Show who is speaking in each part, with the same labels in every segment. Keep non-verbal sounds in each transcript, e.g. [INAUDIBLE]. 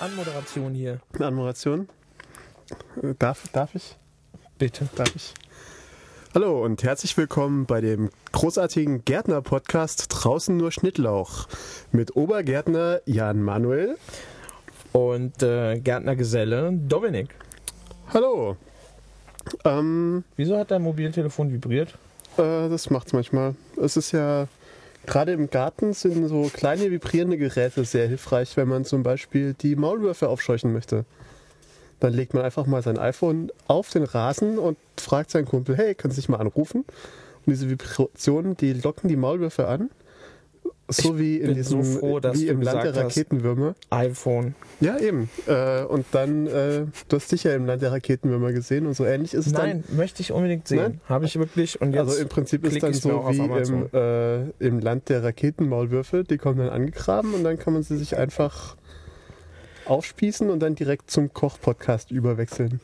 Speaker 1: Anmoderation hier.
Speaker 2: Eine Anmoderation. Äh, Darf, darf ich?
Speaker 1: Bitte.
Speaker 2: Darf ich? Hallo und herzlich willkommen bei dem großartigen Gärtner-Podcast Draußen nur Schnittlauch mit Obergärtner Jan Manuel.
Speaker 1: Und äh, Gärtnergeselle Dominik.
Speaker 2: Hallo. Ähm,
Speaker 1: Wieso hat dein Mobiltelefon vibriert?
Speaker 2: äh, das macht's manchmal. Es ist ja gerade im Garten sind so kleine vibrierende Geräte sehr hilfreich, wenn man zum Beispiel die Maulwürfe aufscheuchen möchte. Dann legt man einfach mal sein iPhone auf den Rasen und fragt seinen Kumpel, hey, kannst du dich mal anrufen? Und diese Vibrationen, die locken die Maulwürfe an. So wie in
Speaker 1: bin
Speaker 2: diesem
Speaker 1: so froh, dass
Speaker 2: wie
Speaker 1: du
Speaker 2: im Land der
Speaker 1: gesagt hast.
Speaker 2: Raketenwürmer.
Speaker 1: iPhone.
Speaker 2: Ja, eben. Äh, und dann, äh, du hast sicher im Land der Raketenwürmer gesehen und so ähnlich ist es dann
Speaker 1: Nein, möchte ich unbedingt sehen.
Speaker 2: Nein?
Speaker 1: Habe ich wirklich. Und jetzt
Speaker 2: also im Prinzip ist
Speaker 1: klick
Speaker 2: dann
Speaker 1: ich's mir
Speaker 2: so
Speaker 1: auch auf
Speaker 2: wie
Speaker 1: Amazon.
Speaker 2: im, äh, im Land der Raketenmaulwürfe, die kommen dann angegraben und dann kann man sie sich einfach aufspießen und dann direkt zum Koch-Podcast überwechseln.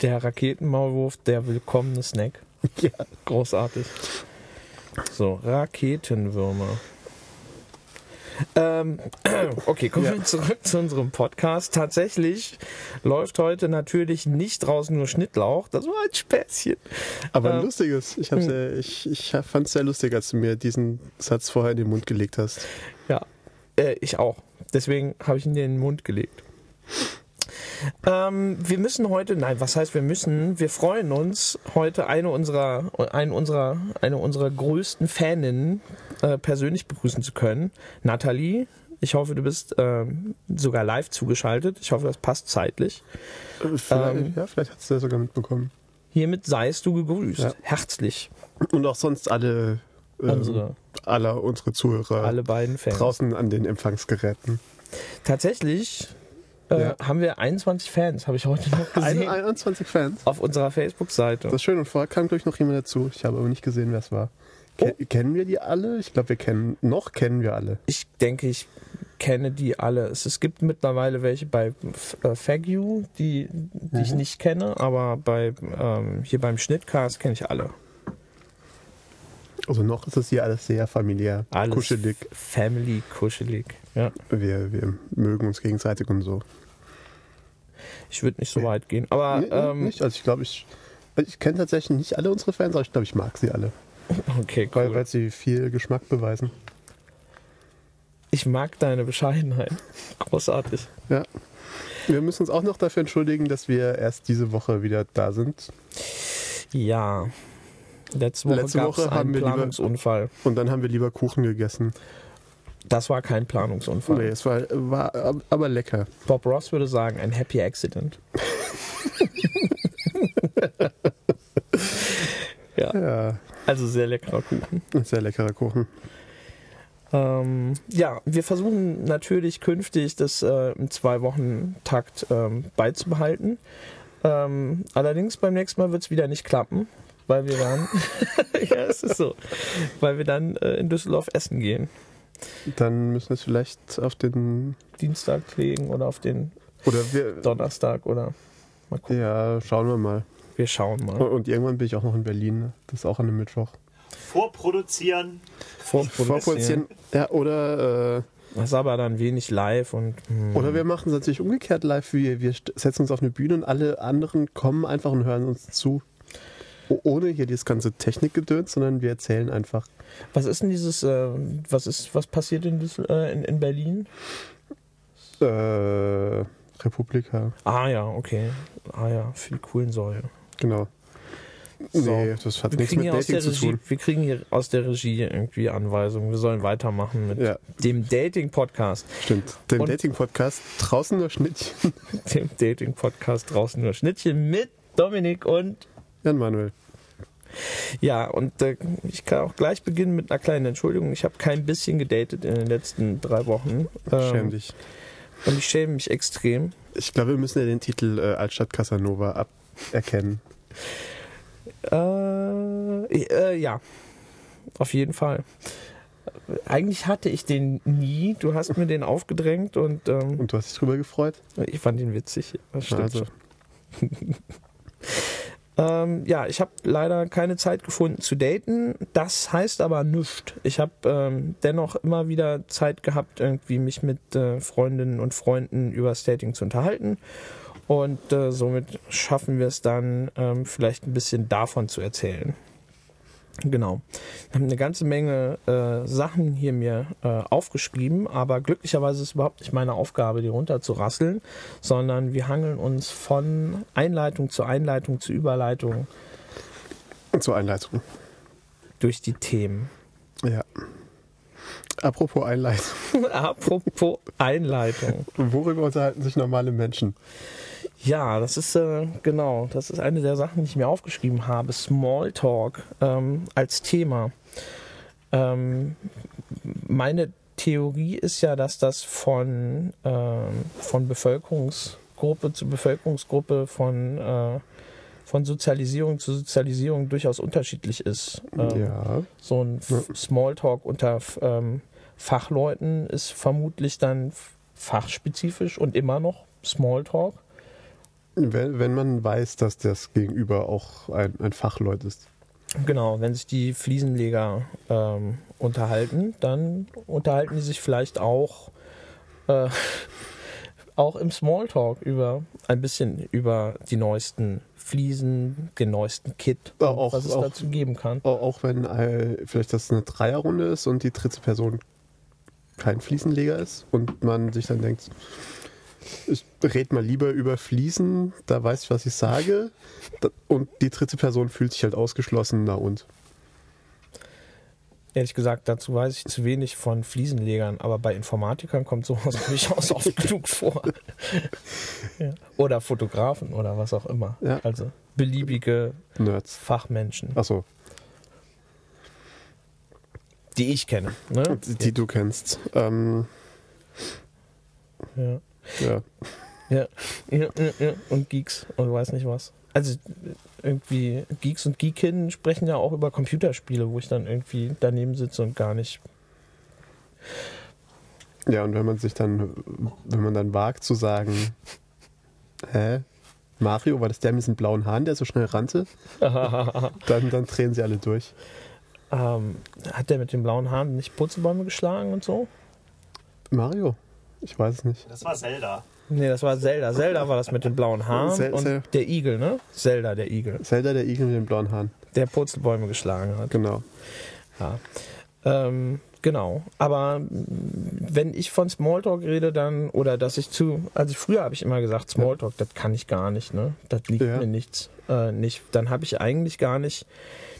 Speaker 1: der Raketenmaulwurf, der willkommene Snack.
Speaker 2: Ja.
Speaker 1: Großartig. So, Raketenwürmer. Ähm, [CLEARS THROAT] okay, kommen wir zurück zu unserem Podcast. Tatsächlich läuft heute natürlich nicht draußen nur Schnittlauch. Das war ein Späßchen.
Speaker 2: [LAUGHS] Aber
Speaker 1: Ähm,
Speaker 2: ein lustiges. Ich, hab's ja, ich, ich fand es sehr lustig, als du mir diesen Satz vorher in den Mund gelegt hast.
Speaker 1: Ja, äh, ich auch. Deswegen habe ich ihn dir in den Mund gelegt. Ähm, wir müssen heute, nein, was heißt wir müssen? Wir freuen uns heute eine unserer, eine unserer, eine unserer größten Faninnen äh, persönlich begrüßen zu können. Nathalie, ich hoffe, du bist ähm, sogar live zugeschaltet. Ich hoffe, das passt zeitlich.
Speaker 2: Äh, Vielleicht,
Speaker 1: Ähm.
Speaker 2: ja, vielleicht hast du das sogar mitbekommen.
Speaker 1: Hiermit seist du gegrüßt.
Speaker 2: Ja.
Speaker 1: Herzlich.
Speaker 2: Und auch sonst alle, äh,
Speaker 1: Unsere.
Speaker 2: alle unsere Zuhörer
Speaker 1: Alle beiden Fans.
Speaker 2: draußen an den Empfangsgeräten.
Speaker 1: Tatsächlich äh,
Speaker 2: Ja.
Speaker 1: haben wir 21 Fans, habe ich heute
Speaker 2: [LAUGHS]
Speaker 1: noch
Speaker 2: Ein,
Speaker 1: gesehen.
Speaker 2: 21 Fans.
Speaker 1: auf unserer Facebook-Seite.
Speaker 2: Das ist schön. Und vorher kam, glaube ich, noch jemand dazu. Ich habe aber nicht gesehen, wer es war. Ke
Speaker 1: Oh.
Speaker 2: Kennen wir die alle? Ich glaube, wir kennen, noch kennen wir alle.
Speaker 1: ich denke, ich kenne die alle. Es, es gibt mittlerweile welche bei F- äh, Fagu, die, die
Speaker 2: Mhm.
Speaker 1: ich nicht kenne, aber bei ähm, hier beim Schnittcast kenne ich alle.
Speaker 2: Also noch ist es hier alles sehr familiär,
Speaker 1: Alles
Speaker 2: kuschelig.
Speaker 1: Family kuschelig. Ja.
Speaker 2: Wir, wir mögen uns gegenseitig und so.
Speaker 1: Ich würde nicht so weit gehen. Aber
Speaker 2: Nee, nee,
Speaker 1: ähm,
Speaker 2: nicht? Also ich glaube, ich, also ich kenne tatsächlich nicht alle unsere Fans, aber ich glaube, ich mag sie alle,
Speaker 1: okay,
Speaker 2: weil,
Speaker 1: cool.
Speaker 2: weil sie viel Geschmack beweisen.
Speaker 1: Ich mag deine Bescheidenheit. [LAUGHS] Großartig.
Speaker 2: Ja. Wir müssen uns auch noch dafür entschuldigen, dass wir erst diese Woche wieder da sind.
Speaker 1: Ja. Letzte Woche
Speaker 2: Letzte
Speaker 1: gab es
Speaker 2: Woche haben
Speaker 1: einen
Speaker 2: wir lieber-
Speaker 1: Planungsunfall.
Speaker 2: Und dann haben wir lieber Kuchen gegessen.
Speaker 1: Das war kein Planungsunfall.
Speaker 2: Nee, es war, war aber lecker.
Speaker 1: Bob Ross würde sagen, ein Happy Accident. ja,
Speaker 2: Ja,
Speaker 1: also sehr leckerer Kuchen.
Speaker 2: ein sehr leckerer Kuchen.
Speaker 1: Ähm, ja, wir versuchen natürlich künftig das äh, im Zwei-Wochen-Takt ähm, beizubehalten. Ähm, allerdings beim nächsten Mal wird es wieder nicht klappen, weil wir dann, [LAUGHS] ja, es ist so, weil wir dann äh, in Düsseldorf essen gehen.
Speaker 2: Dann müssen wir es vielleicht auf den
Speaker 1: Dienstag legen oder auf den
Speaker 2: Oder wir.
Speaker 1: Donnerstag oder mal gucken.
Speaker 2: Ja, schauen wir mal.
Speaker 1: Wir schauen mal.
Speaker 2: Und irgendwann bin ich auch noch in Berlin. ne? Das ist auch an einem Mittwoch.
Speaker 3: Vorproduzieren.
Speaker 2: Vorproduzieren. Ja, oder, äh,
Speaker 1: Das ist aber dann wenig live und hm,
Speaker 2: oder wir machen es natürlich umgekehrt live. Wir, wir st- setzen uns auf eine Bühne und alle anderen kommen einfach und hören uns zu. O- Ohne hier dieses ganze Technikgedöns, sondern wir erzählen einfach.
Speaker 1: was ist denn dieses, äh, was ist, was passiert in, Düssel- äh, in, in Berlin?
Speaker 2: Äh, Republika.
Speaker 1: Ah ja, okay. Ah ja, für die coolen Säue.
Speaker 2: Genau.
Speaker 1: So.
Speaker 2: Nee, das hat
Speaker 1: Wir
Speaker 2: nichts
Speaker 1: kriegen,
Speaker 2: mit
Speaker 1: hier aus
Speaker 2: Dating
Speaker 1: der
Speaker 2: zu
Speaker 1: Regie,
Speaker 2: tun.
Speaker 1: wir kriegen hier aus der Regie irgendwie Anweisungen. Wir sollen weitermachen mit
Speaker 2: Ja.
Speaker 1: dem Dating-Podcast.
Speaker 2: Stimmt. Den
Speaker 1: Und-
Speaker 2: Dating-Podcast draußen nur Schnittchen. [LAUGHS]
Speaker 1: Dem Dating-Podcast draußen nur Schnittchen mit Dominik und
Speaker 2: Jan Manuel.
Speaker 1: ja, und äh, ich kann auch gleich beginnen mit einer kleinen Entschuldigung. Ich habe kein bisschen gedatet in den letzten drei Wochen. Ähm,
Speaker 2: Schäm dich.
Speaker 1: Und ich schäme mich extrem.
Speaker 2: Ich glaube, wir müssen ja den Titel äh, Altstadt Casanova aberkennen.
Speaker 1: Äh, äh, ja, auf jeden Fall. Eigentlich hatte ich den nie. Du hast mir den aufgedrängt und ähm,
Speaker 2: Und du hast dich drüber gefreut?
Speaker 1: ich fand ihn witzig. Das stimmt
Speaker 2: Also.
Speaker 1: schon. Ähm, ja, ich habe leider keine Zeit gefunden zu daten. Das heißt aber nichts. Ich habe ähm, dennoch immer wieder Zeit gehabt, irgendwie mich mit äh, Freundinnen und Freunden über das Dating zu unterhalten. Und äh, somit schaffen wir es dann, ähm, vielleicht ein bisschen davon zu erzählen. Genau. Ich habe eine ganze Menge äh, Sachen hier mir äh, aufgeschrieben, aber glücklicherweise ist überhaupt nicht meine Aufgabe, die runterzurasseln, sondern wir hangeln uns von Einleitung zu Einleitung zu Überleitung
Speaker 2: Zur Einleitung.
Speaker 1: durch die Themen.
Speaker 2: Ja. Apropos Einleitung.
Speaker 1: [LAUGHS] Apropos Einleitung.
Speaker 2: Worüber unterhalten sich normale Menschen?
Speaker 1: Ja, das ist äh, genau, das ist eine der Sachen, die ich mir aufgeschrieben habe. Smalltalk ähm, als Thema. Ähm, meine Theorie ist ja, dass das von, ähm, von Bevölkerungsgruppe zu Bevölkerungsgruppe, von, äh, von Sozialisierung zu Sozialisierung durchaus unterschiedlich ist. Ähm,
Speaker 2: Ja.
Speaker 1: So ein F- Smalltalk unter f- ähm, Fachleuten ist vermutlich dann f- fachspezifisch und immer noch Smalltalk.
Speaker 2: Wenn, wenn man weiß, dass das Gegenüber auch ein, ein Fachleut ist.
Speaker 1: Genau, wenn sich die Fliesenleger ähm, unterhalten, dann unterhalten die sich vielleicht auch, äh, [LAUGHS] auch im Smalltalk über ein bisschen über die neuesten Fliesen, den neuesten Kit,
Speaker 2: Ja,
Speaker 1: und
Speaker 2: auch-
Speaker 1: was es
Speaker 2: auch-
Speaker 1: dazu geben kann.
Speaker 2: Au- Auch wenn äh, vielleicht das eine Dreierrunde ist und die dritte Person kein Fliesenleger ist und man sich dann denkt, ich rede mal lieber über Fliesen, da weiß ich, was ich sage. Da- Und die dritte Person fühlt sich halt ausgeschlossen, na und.
Speaker 1: Ehrlich gesagt, dazu weiß ich zu wenig von Fliesenlegern, aber bei Informatikern kommt sowas [LAUGHS]
Speaker 2: [LAUGHS]
Speaker 1: durchaus oft genug vor. ja. Oder Fotografen oder was auch immer.
Speaker 2: Ja.
Speaker 1: Also beliebige
Speaker 2: Nerds.
Speaker 1: Fachmenschen,
Speaker 2: Achso,
Speaker 1: die ich kenne. Ne?
Speaker 2: [LAUGHS] die, die du kennst. Ähm,
Speaker 1: Ja.
Speaker 2: ja.
Speaker 1: Ja, ja, ja, ja. und Geeks und weiß nicht was. Also irgendwie Geeks und Geekinnen sprechen ja auch über Computerspiele, wo ich dann irgendwie daneben sitze und gar nicht.
Speaker 2: ja, und wenn man sich dann, wenn man dann wagt zu sagen, hä? Mario, war das der mit diesem blauen Hahn, der so schnell rannte?
Speaker 1: ähm,
Speaker 2: Dann, dann drehen sie alle durch.
Speaker 1: hat der mit den blauen Haaren nicht Purzelbäume geschlagen und so?
Speaker 2: Mario? Ich weiß es nicht.
Speaker 3: Das war Zelda.
Speaker 1: Nee, das war Zelda. Zelda war das mit den blauen Haaren
Speaker 2: Zel-
Speaker 1: und
Speaker 2: Zel-
Speaker 1: der Igel, ne? Zelda, der Igel,
Speaker 2: Zelda, der Igel mit dem blauen Hahn.
Speaker 1: der Purzelbäume geschlagen hat.
Speaker 2: Genau.
Speaker 1: Ja. Ähm, genau. Aber mh, wenn ich von Smalltalk rede, dann, oder dass ich zu, also früher habe ich immer gesagt, Smalltalk, das kann ich gar nicht, ne? Das liegt
Speaker 2: Ja.
Speaker 1: mir nichts. Äh, nicht. Dann habe ich eigentlich gar nicht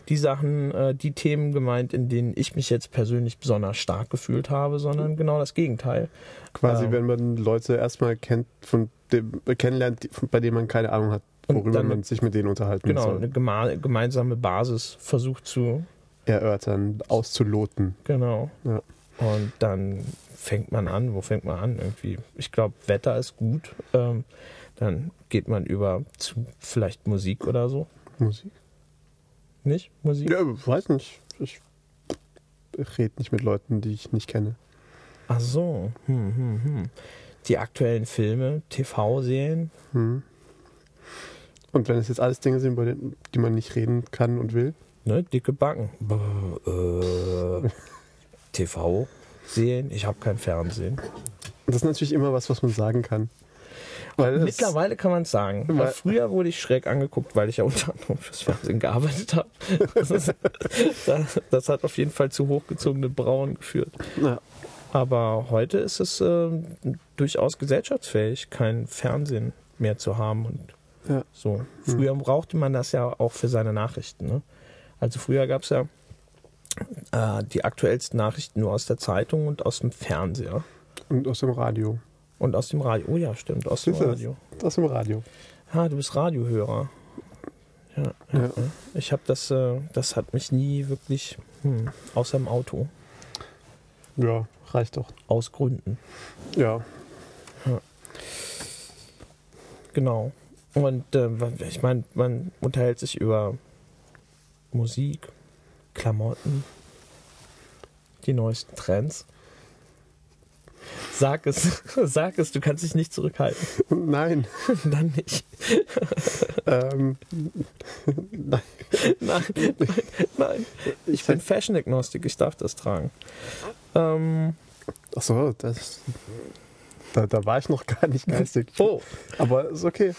Speaker 1: die Sachen, äh, die Themen gemeint, in denen ich mich jetzt persönlich besonders stark gefühlt habe, sondern genau das Gegenteil.
Speaker 2: Quasi,
Speaker 1: Ähm.
Speaker 2: wenn man Leute erstmal kennt, von dem, kennenlernt, die- von- bei denen man keine Ahnung hat,
Speaker 1: Und
Speaker 2: worüber
Speaker 1: dann-
Speaker 2: man sich mit denen unterhalten
Speaker 1: Genau, eine
Speaker 2: soll.
Speaker 1: gema gemeinsame Basis versucht zu,
Speaker 2: Erörtern, auszuloten.
Speaker 1: genau.
Speaker 2: Ja.
Speaker 1: Und dann fängt man an, wo fängt man an? Irgendwie, ich glaube, Wetter ist gut. Ähm, dann geht man über zu vielleicht Musik oder so.
Speaker 2: Musik?
Speaker 1: Nicht? Musik?
Speaker 2: Ja, weiß nicht. Ich rede nicht mit Leuten, die ich nicht kenne.
Speaker 1: Ach so. Hm, hm, hm. Die aktuellen Filme, TV-Serien.
Speaker 2: Hm. Und wenn es jetzt alles Dinge sind, über die- die man nicht reden kann und will,
Speaker 1: Ne? Dicke Backen. Brr,
Speaker 2: [LAUGHS]
Speaker 1: äh, TV-Serien. Ich habe kein Fernsehen.
Speaker 2: das ist natürlich immer was, was man sagen kann. Weil es-
Speaker 1: Mittlerweile kann man es sagen. Weil
Speaker 2: Weil-
Speaker 1: früher wurde ich schräg angeguckt, weil ich ja unter anderem fürs Fernsehen gearbeitet habe. Das, ist- das, das hat auf jeden Fall zu hochgezogene Brauen geführt.
Speaker 2: Ja.
Speaker 1: Aber heute ist es ähm, durchaus gesellschaftsfähig, kein Fernsehen mehr zu haben und
Speaker 2: Ja. Hm.
Speaker 1: so. Früher brauchte man das ja auch für seine Nachrichten. Ne? Also früher gab es ja äh, die aktuellsten Nachrichten nur aus der Zeitung und aus dem Fernseher
Speaker 2: Und aus dem Radio.
Speaker 1: und aus dem Radio. Oh ja, stimmt, aus dem
Speaker 2: Siehst du das?
Speaker 1: Radio.
Speaker 2: Aus dem Radio.
Speaker 1: Ah, du bist Radiohörer. Ja,
Speaker 2: Ja.
Speaker 1: ich habe das, äh, das hat mich nie wirklich, hm, außer im Auto,
Speaker 2: Ja, reicht doch.
Speaker 1: aus Gründen.
Speaker 2: Ja.
Speaker 1: Genau. Und äh, ich meine, man unterhält sich über Musik, Klamotten, die neuesten Trends. Sag es. [LAUGHS] Sag es, du kannst dich nicht zurückhalten. [LAUGHS]
Speaker 2: Nein.
Speaker 1: Dann nicht.
Speaker 2: Ähm, nein.
Speaker 1: Nein, nein, nein. Ich bin Fashion-Agnostik, ich darf das tragen. Ähm,
Speaker 2: Achso, das. Da, da war ich noch gar nicht geistig.
Speaker 1: [LAUGHS] oh,
Speaker 2: Aber ist okay.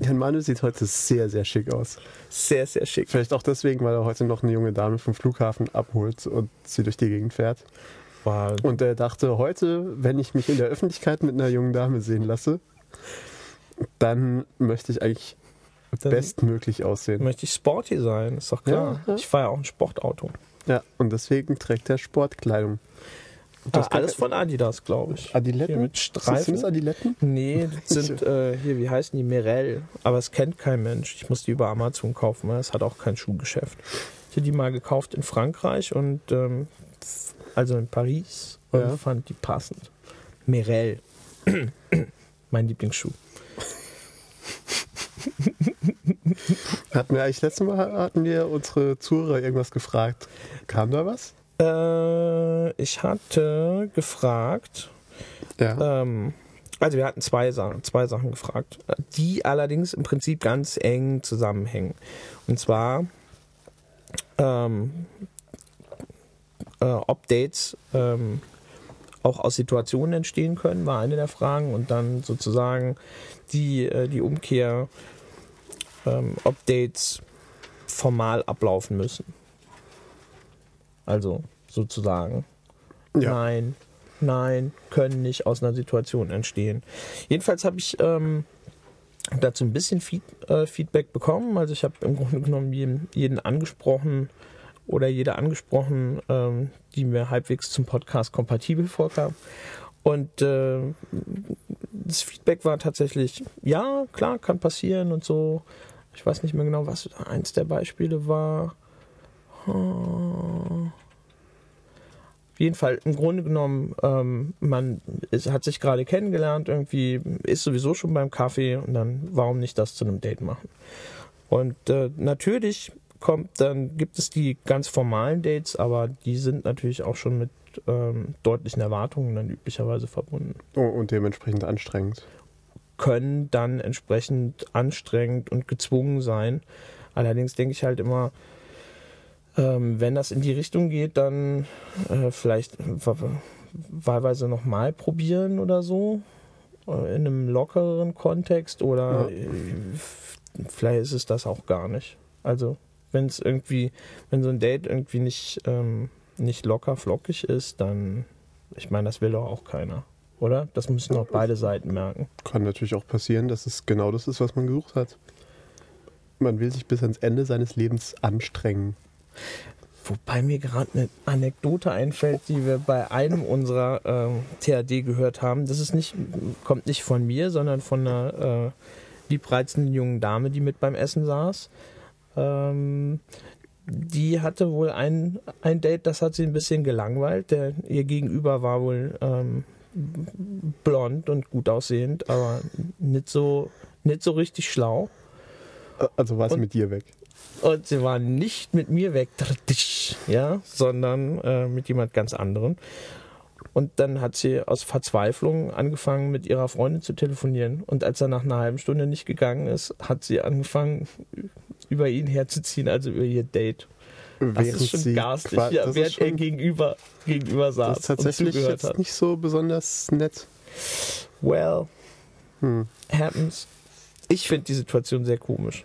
Speaker 2: Jan Manuel sieht heute sehr, sehr schick aus.
Speaker 1: sehr, sehr schick.
Speaker 2: Vielleicht auch deswegen, weil er heute noch eine junge Dame vom Flughafen abholt und sie durch die Gegend fährt.
Speaker 1: Wow.
Speaker 2: Und er dachte, heute, wenn ich mich in der Öffentlichkeit mit einer jungen Dame sehen lasse, dann möchte ich eigentlich
Speaker 1: Dann-
Speaker 2: bestmöglich aussehen.
Speaker 1: Möchte ich sporty sein, ist doch klar.
Speaker 2: Ja, ja.
Speaker 1: Ich fahre ja auch ein Sportauto.
Speaker 2: Ja, und deswegen trägt er Sportkleidung.
Speaker 1: Das ah, alles von Adidas, glaube ich.
Speaker 2: Adiletten?
Speaker 1: Hier mit
Speaker 2: Sind das
Speaker 1: Streifen.
Speaker 2: Adiletten?
Speaker 1: Nee,
Speaker 2: [LAUGHS]
Speaker 1: das sind äh, hier, wie heißen die? Merell. Aber es kennt kein Mensch. Ich muss die über Amazon kaufen, weil es hat auch kein Schuhgeschäft. Ich hatte die mal gekauft in Frankreich und ähm, also in Paris und
Speaker 2: Ja.
Speaker 1: fand die passend. Merell. [CLEARS THROAT] mein Lieblingsschuh.
Speaker 2: Hatten wir eigentlich letztes Mal hatten wir unsere Zuhörer irgendwas gefragt. Kam da was?
Speaker 1: Äh, ich hatte gefragt,
Speaker 2: Ja.
Speaker 1: Ähm, also wir hatten zwei Sachen, zwei Sachen gefragt, die allerdings im Prinzip ganz eng zusammenhängen. Und zwar ähm, äh, ob Dates ähm, auch aus Situationen entstehen können, war eine der Fragen. Und dann sozusagen die, äh, die Umkehr, ähm, ob Dates formal ablaufen müssen. Also sozusagen
Speaker 2: ja.
Speaker 1: Nein, nein, können nicht aus einer Situation entstehen. Jedenfalls habe ich ähm, dazu ein bisschen Feed, äh, Feedback bekommen. Also ich habe im Grunde genommen jeden, jeden angesprochen oder jede angesprochen, ähm, die mir halbwegs zum Podcast kompatibel vorkam. Und äh, das Feedback war tatsächlich, ja, klar, kann passieren und so. Ich weiß nicht mehr genau, was eins der Beispiele war. Hm. Auf jeden Fall, im Grunde genommen, ähm, man ist, hat sich gerade kennengelernt, irgendwie ist sowieso schon beim Kaffee und dann warum nicht das zu einem Date machen? Und äh, natürlich kommt, dann gibt es die ganz formalen Dates, aber die sind natürlich auch schon mit ähm, deutlichen Erwartungen dann üblicherweise verbunden
Speaker 2: Oh, und dementsprechend anstrengend.
Speaker 1: können dann entsprechend anstrengend und gezwungen sein. Allerdings denke ich halt immer, ähm, wenn das in die Richtung geht, dann äh, vielleicht wa- wahlweise nochmal probieren oder so, äh, in einem lockeren Kontext
Speaker 2: Ja.
Speaker 1: oder äh, f- vielleicht ist es das auch gar nicht. Also wenn es irgendwie, wenn so ein Date irgendwie nicht, ähm, nicht locker flockig ist, dann, ich meine, das will doch auch keiner, oder? Das müssen doch beide Seiten merken.
Speaker 2: Kann natürlich auch passieren, dass es genau das ist, was man gesucht hat. Man will sich bis ans Ende seines Lebens anstrengen.
Speaker 1: Wobei mir gerade eine Anekdote einfällt, die wir bei einem unserer ähm, THD gehört haben. Das ist nicht, kommt nicht von mir, sondern von einer äh, liebreizenden jungen Dame, die mit beim Essen saß. Ähm, die hatte wohl ein, ein Date, das hat sie ein bisschen gelangweilt. Der, ihr Gegenüber war wohl ähm, blond und gut aussehend, aber nicht so, nicht so richtig schlau.
Speaker 2: Ä- Also war es
Speaker 1: Und-
Speaker 2: mit dir weg.
Speaker 1: Und sie war nicht mit mir weg, trittisch, ja, sondern äh, mit jemand ganz anderen. Und dann hat sie aus Verzweiflung angefangen, mit ihrer Freundin zu telefonieren. Und als er nach einer halben Stunde nicht gegangen ist, hat sie angefangen, über ihn herzuziehen, also über ihr Date. Das ist schon garstig,
Speaker 2: qua-
Speaker 1: ja,
Speaker 2: das,
Speaker 1: während
Speaker 2: ist schon,
Speaker 1: er gegenüber, gegenüber saß
Speaker 2: das ist tatsächlich
Speaker 1: und zugehört
Speaker 2: jetzt
Speaker 1: hat.
Speaker 2: nicht so besonders nett.
Speaker 1: Well,
Speaker 2: Hm.
Speaker 1: happens. Ich finde die Situation sehr komisch.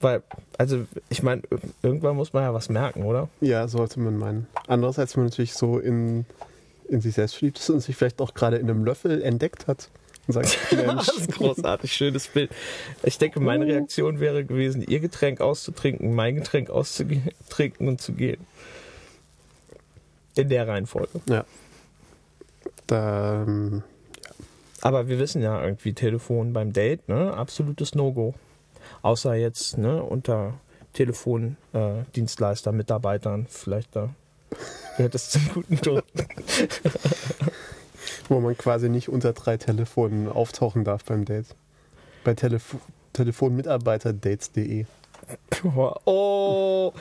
Speaker 1: Weil, also, ich meine, irgendwann muss man ja was merken, oder?
Speaker 2: Ja, sollte man meinen. Andererseits, wenn man natürlich so in, in sich selbst verliebt ist und sich vielleicht auch gerade in einem Löffel entdeckt hat und
Speaker 1: [LAUGHS]
Speaker 2: sagt, Mensch,
Speaker 1: Das ist großartig, schönes Bild. Ich denke, meine Reaktion wäre gewesen, ihr Getränk auszutrinken, mein Getränk auszutrinken und zu gehen. In der Reihenfolge.
Speaker 2: ja. Da, ähm,
Speaker 1: Aber wir wissen ja irgendwie, Telefon beim Date, ne? Absolutes No-Go. Außer jetzt, ne, unter Telefondienstleister, äh, Dienstleister, Mitarbeitern, vielleicht da. Gehört das zum guten Ton?
Speaker 2: wo man quasi nicht unter drei Telefonen auftauchen darf beim Date. Bei Telef Telefonmitarbeiterdates.de.
Speaker 1: Oh,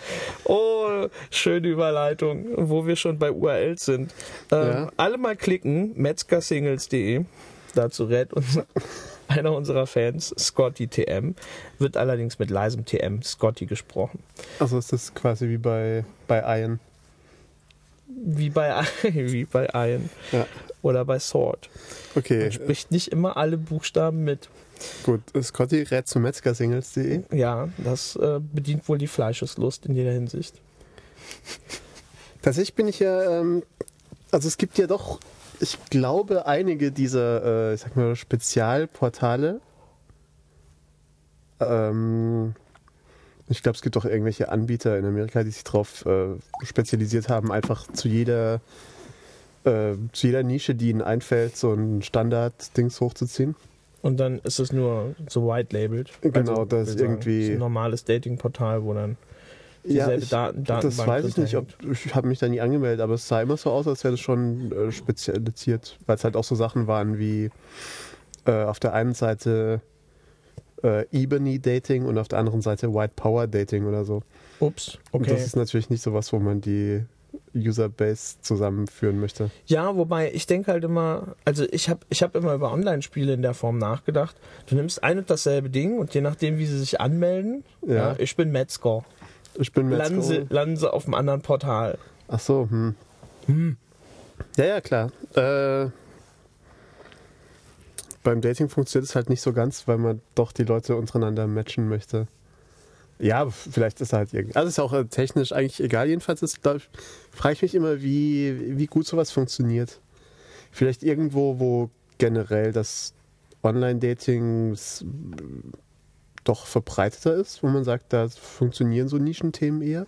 Speaker 1: oh, schöne Überleitung, wo wir schon bei URLs sind. Ähm,
Speaker 2: Ja.
Speaker 1: Alle mal klicken, metzgersingles.de, dazu rät uns [LAUGHS] einer unserer Fans, Scotty TM, wird allerdings mit leisem TM Scotty gesprochen.
Speaker 2: Also ist das quasi wie bei, bei Ian.
Speaker 1: Wie bei, [LAUGHS] wie bei Iron
Speaker 2: Ja.
Speaker 1: oder bei Sword.
Speaker 2: Okay,
Speaker 1: Man spricht nicht immer alle Buchstaben mit.
Speaker 2: gut. Scotty rät zu metzgersingles.de.
Speaker 1: Ja, das äh, bedient wohl die Fleischeslust in jeder Hinsicht.
Speaker 2: Tatsächlich bin ich ja, ähm, also es gibt ja doch, ich glaube, einige dieser, äh, ich sag mal, Spezialportale. Ähm, ich glaube, es gibt doch irgendwelche Anbieter in Amerika, die sich darauf äh, spezialisiert haben, einfach zu jeder, äh, zu jeder Nische, die ihnen einfällt, so ein Standard-Dings hochzuziehen.
Speaker 1: Und dann ist es nur so white-labeled.
Speaker 2: Genau, das
Speaker 1: wir
Speaker 2: ist
Speaker 1: sagen,
Speaker 2: irgendwie-
Speaker 1: es ist ein normales Dating-Portal, wo dann dieselbe
Speaker 2: ich-
Speaker 1: Daten, Datenbank
Speaker 2: Das weiß ich
Speaker 1: drin
Speaker 2: nicht, ob, ich habe mich da nie angemeldet, aber es sah immer so aus, als wäre das schon äh, spezialisiert, weil es halt auch so Sachen waren wie äh, auf der einen Seite äh, Ebony Dating und auf der anderen Seite White Power Dating oder so.
Speaker 1: hängt. Ups,
Speaker 2: Und
Speaker 1: okay.
Speaker 2: das ist natürlich nicht sowas, wo man die Userbase zusammenführen möchte.
Speaker 1: Ja, wobei ich denke halt immer, also ich habe ich hab immer über Online-Spiele in der Form nachgedacht. Du nimmst ein und dasselbe Ding und je nachdem, wie sie sich anmelden, ja.
Speaker 2: Ja.
Speaker 1: ich bin Metzger,
Speaker 2: Ich bin mir jetzt-
Speaker 1: landen sie, landen sie auf einem anderen Portal.
Speaker 2: Ach so, hm. Ja, ja, klar. Äh, beim Dating funktioniert es halt nicht so ganz, weil man doch die Leute untereinander matchen möchte. Ja, f- vielleicht ist da halt irgendwie. Also ist ja auch äh, technisch eigentlich egal. Jedenfalls ist, glaub ich, frage ich mich immer, wie, wie gut sowas funktioniert. Vielleicht irgendwo, wo generell das Online-Dating s- doch verbreiteter ist, wo man sagt, da funktionieren so Nischenthemen eher.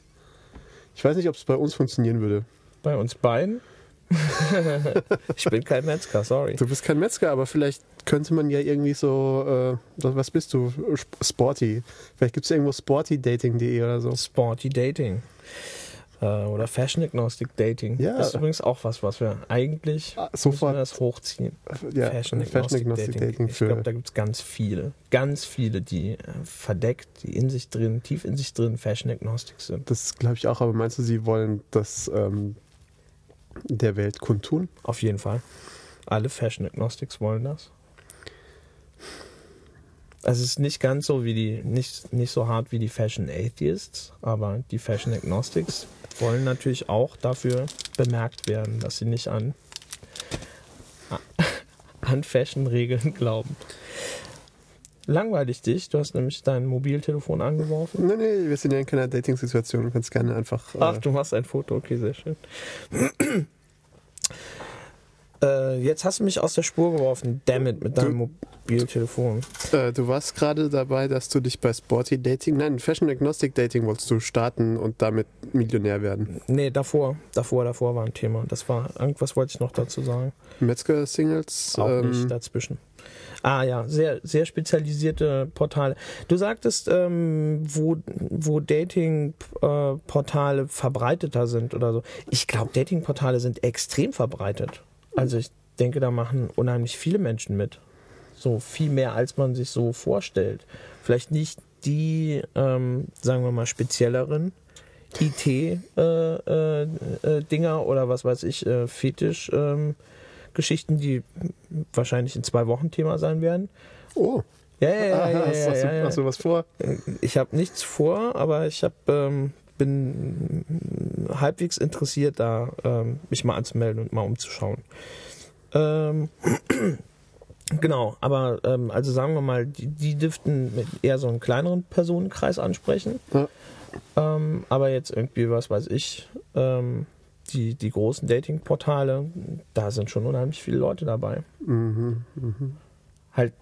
Speaker 2: Ich weiß nicht, ob es bei uns funktionieren würde.
Speaker 1: Bei uns beiden? [LAUGHS] ich bin kein Metzger, sorry.
Speaker 2: Du bist kein Metzger, aber vielleicht könnte man ja irgendwie so, äh, was bist du? Sp- Sporty. Vielleicht gibt es irgendwo sportydating.de oder so. Ah,
Speaker 1: Sporty Dating. Äh, oder Fashion Agnostic Dating.
Speaker 2: Ja.
Speaker 1: Das ist übrigens auch was, was wir eigentlich
Speaker 2: Ah,
Speaker 1: müssen wir
Speaker 2: Sofort.
Speaker 1: das hochziehen.
Speaker 2: Ja,
Speaker 1: Fashion Agnostic, Dating. Ich
Speaker 2: für.
Speaker 1: glaube, da gibt es ganz viele. Ganz viele, die äh, verdeckt, die in sich drin, tief in sich drin Fashion Agnostic sind.
Speaker 2: das glaube ich auch, aber meinst du, sie wollen das ähm, der Welt kundtun?
Speaker 1: Auf jeden Fall. Alle Fashion Agnostics wollen das. Also es ist nicht ganz so wie die, nicht, nicht so hart wie die Fashion Atheists, aber die Fashion Agnostics wollen natürlich auch dafür bemerkt werden, dass sie nicht an, [LAUGHS] an Fashion-Regeln glauben. Langweilig dich, du hast nämlich dein Mobiltelefon angeworfen.
Speaker 2: Nee, nee, wir sind ja in keiner Dating-Situation und können es gerne einfach.
Speaker 1: Ach,
Speaker 2: Äh,
Speaker 1: du machst ein Foto, okay, sehr schön. [CLEARS THROAT] äh, jetzt hast du mich aus der Spur geworfen, dammit, mit deinem Mobiltelefon.
Speaker 2: äh, du warst gerade dabei, dass du dich bei Sporty Dating, nein, Fashion Agnostic Dating wolltest du starten und damit Millionär werden.
Speaker 1: Nee, davor, davor, davor war ein Thema. Das war, irgendwas wollte ich noch dazu sagen.
Speaker 2: Metzger Singles.
Speaker 1: Auch
Speaker 2: ähm,
Speaker 1: nicht dazwischen. Ah ja, sehr, sehr spezialisierte Portale. Du sagtest, ähm, wo, wo Dating-Portale verbreiteter sind oder so. Ich glaube, Dating-Portale sind extrem verbreitet. Also ich denke, da machen unheimlich viele Menschen mit. So viel mehr, als man sich so vorstellt. Vielleicht nicht die, ähm, sagen wir mal, spezielleren IT-Dinger äh, äh, Dinger oder was weiß ich, äh, Fetisch. Ähm, Geschichten, die wahrscheinlich in zwei Wochen Thema sein werden.
Speaker 2: oh.
Speaker 1: Ja, ja, ja,
Speaker 2: Ah,
Speaker 1: ja,
Speaker 2: hast,
Speaker 1: ja,
Speaker 2: hast,
Speaker 1: ja,
Speaker 2: du,
Speaker 1: ja.
Speaker 2: hast du was vor?
Speaker 1: Ich habe nichts vor, aber ich hab, ähm, bin halbwegs interessiert, da ähm, mich mal anzumelden und mal umzuschauen. Ähm, [CLEARS THROAT] genau, aber ähm, also sagen wir mal, die, die dürften mit eher so einen kleineren Personenkreis ansprechen.
Speaker 2: Ja.
Speaker 1: Ähm, aber jetzt irgendwie, was weiß ich, ähm, die, die großen Dating-Portale, da sind schon unheimlich viele Leute dabei.
Speaker 2: Mhm.
Speaker 1: Halt,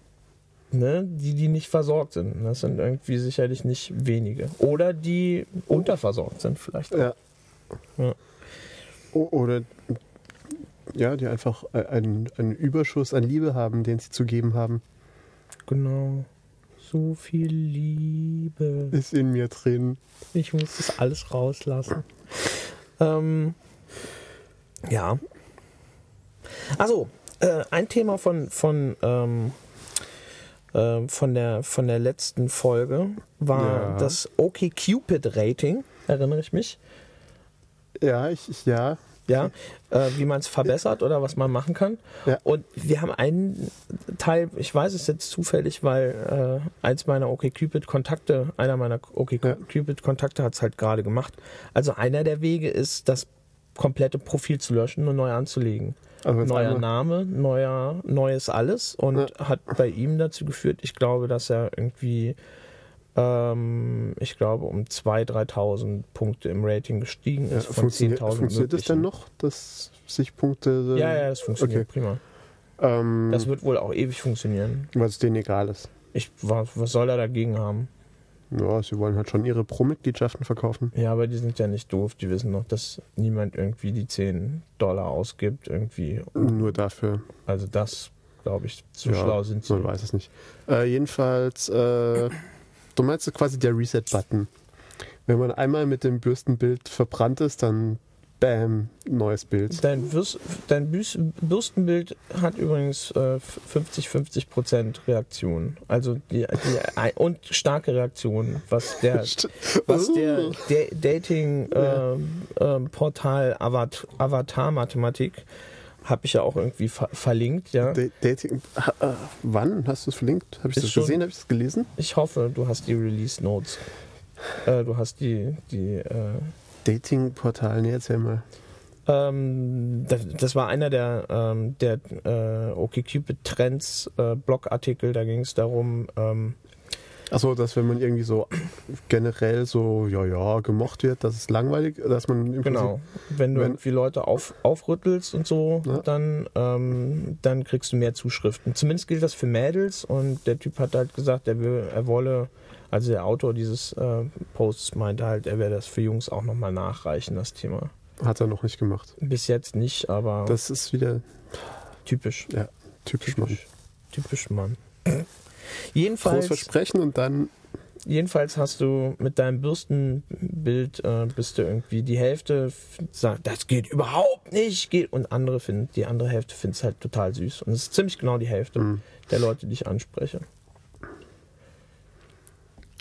Speaker 1: ne, die, die nicht versorgt sind. Ne? Das sind irgendwie sicherlich nicht wenige. Oder die unterversorgt sind vielleicht. auch.
Speaker 2: Ja.
Speaker 1: Ja.
Speaker 2: O- Oder ja, die einfach e, einen, einen Überschuss an Liebe haben, den sie zu geben haben.
Speaker 1: Genau. So viel Liebe.
Speaker 2: Ist in mir drin.
Speaker 1: Ich muss das alles rauslassen. Ähm, ja. Also, äh, ein Thema von, von ähm, äh, von, der, von der letzten Folge war
Speaker 2: Ja.
Speaker 1: das OkCupid-Rating, erinnere ich mich.
Speaker 2: Ja, ich, ich ja.
Speaker 1: Ja, äh, wie man es verbessert oder was man machen kann.
Speaker 2: Ja.
Speaker 1: Und wir haben einen Teil, ich weiß es jetzt zufällig, weil äh, eins meiner OkCupid-Kontakte, einer meiner OkCupid-Kontakte hat es halt gerade gemacht. Also einer der Wege ist, das komplette Profil zu löschen und neu anzulegen.
Speaker 2: Also wenn's
Speaker 1: neuer
Speaker 2: einmal-
Speaker 1: Name, neuer, neues alles und hat bei ihm dazu geführt, ich glaube, dass er irgendwie, ähm, ich glaube, um 2.000, 3.000 Punkte im Rating gestiegen
Speaker 2: Ja,
Speaker 1: ist. von
Speaker 2: funktioniert
Speaker 1: 10.000
Speaker 2: funktioniert das
Speaker 1: möglichen.
Speaker 2: denn noch, dass sich Punkte.
Speaker 1: Ja, ja, das funktioniert
Speaker 2: Okay.
Speaker 1: prima.
Speaker 2: Ähm,
Speaker 1: Das wird wohl auch ewig funktionieren.
Speaker 2: weil es denen egal ist.
Speaker 1: Ich, wa- was soll er dagegen haben?
Speaker 2: Ja, sie wollen halt schon ihre Pro-Mitgliedschaften verkaufen.
Speaker 1: Ja, aber die sind ja nicht doof. Die wissen noch, dass niemand irgendwie die 10 Dollar ausgibt. Irgendwie.
Speaker 2: Nur dafür.
Speaker 1: Also das, glaube ich, so
Speaker 2: Ja,
Speaker 1: schlau sind sie.
Speaker 2: Man weiß es nicht. Äh, jedenfalls, äh, du meinst quasi der Reset-Button. Wenn man einmal mit dem Bürstenbild verbrannt ist, dann bam, neues Bild.
Speaker 1: Dein, Bürst, dein Büß, Bürstenbild hat übrigens äh, 50-50% Reaktion. Also die, die, ein- und starke Reaktion, was der, was der, ähm, der Dating-Portal-Avatar-Mathematik habe ich ja auch irgendwie ver verlinkt. Ja?
Speaker 2: Da- Dating. Ha- äh, wann hast du es verlinkt? Habe ich
Speaker 1: Ist
Speaker 2: das
Speaker 1: schon-
Speaker 2: gesehen? Habe ich das gelesen?
Speaker 1: Ich hoffe, du hast die Release Notes. Äh, du hast die, die äh,
Speaker 2: Dating-Portal, nee, erzähl mal.
Speaker 1: Ähm, das, das war einer der, ähm, der äh, OkCupid-Trends, äh, Blogartikel, da ging es darum, ähm,
Speaker 2: Achso, dass wenn man irgendwie so generell so, ja, ja, gemocht wird, dass es langweilig, dass man im
Speaker 1: genau, wenn du
Speaker 2: wenn-
Speaker 1: irgendwie Leute auf, aufrüttelst und so,
Speaker 2: Ja.
Speaker 1: dann, ähm, dann kriegst du mehr Zuschriften. Zumindest gilt das für Mädels und der Typ hat halt gesagt, er, will, er wolle, also der Autor dieses äh, Posts meinte halt, er werde das für Jungs auch nochmal nachreichen, das Thema.
Speaker 2: Prinzip, hat er noch nicht gemacht.
Speaker 1: Bis jetzt nicht, aber
Speaker 2: Das ist wieder
Speaker 1: typisch.
Speaker 2: ja, typisch, Mann.
Speaker 1: Typisch. Typisch Mann.
Speaker 2: Groß
Speaker 1: Jedenfalls,
Speaker 2: versprechen und dann
Speaker 1: jedenfalls hast du mit deinem Bürstenbild äh, bist du irgendwie die Hälfte f- sagt, das geht überhaupt nicht, geht und andere finden die andere Hälfte findet es halt total süß und es ist ziemlich genau die Hälfte der Leute, die ich anspreche.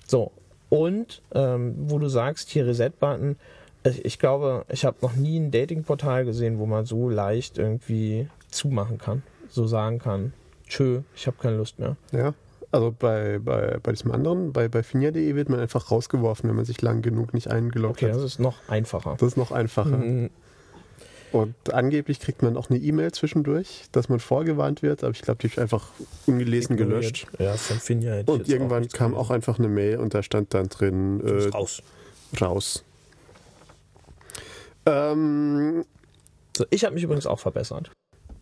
Speaker 1: So und ähm, wo du sagst hier Reset-Button, ich, ich glaube, ich habe noch nie ein Dating-Portal gesehen, wo man so leicht irgendwie zumachen kann, so sagen kann, tschö, ich habe keine Lust mehr.
Speaker 2: Ja, also bei, bei, bei diesem anderen, bei, bei finja.de wird man einfach rausgeworfen, wenn man sich lang genug nicht eingeloggt
Speaker 1: Okay, also Mhm.
Speaker 2: hat.
Speaker 1: das ist noch einfacher.
Speaker 2: Das ist noch einfacher. Und angeblich kriegt man auch eine E-Mail zwischendurch, dass man vorgewarnt wird, aber ich glaube, die habe ich einfach ungelesen gelöscht.
Speaker 1: Ja, von Finja hätte ich
Speaker 2: Und
Speaker 1: jetzt
Speaker 2: irgendwann
Speaker 1: nichts
Speaker 2: kam
Speaker 1: gelesen.
Speaker 2: auch einfach eine Mail und da stand dann drin äh,
Speaker 1: Ist raus.
Speaker 2: raus. Ähm,
Speaker 1: So, ich habe mich übrigens auch verbessert.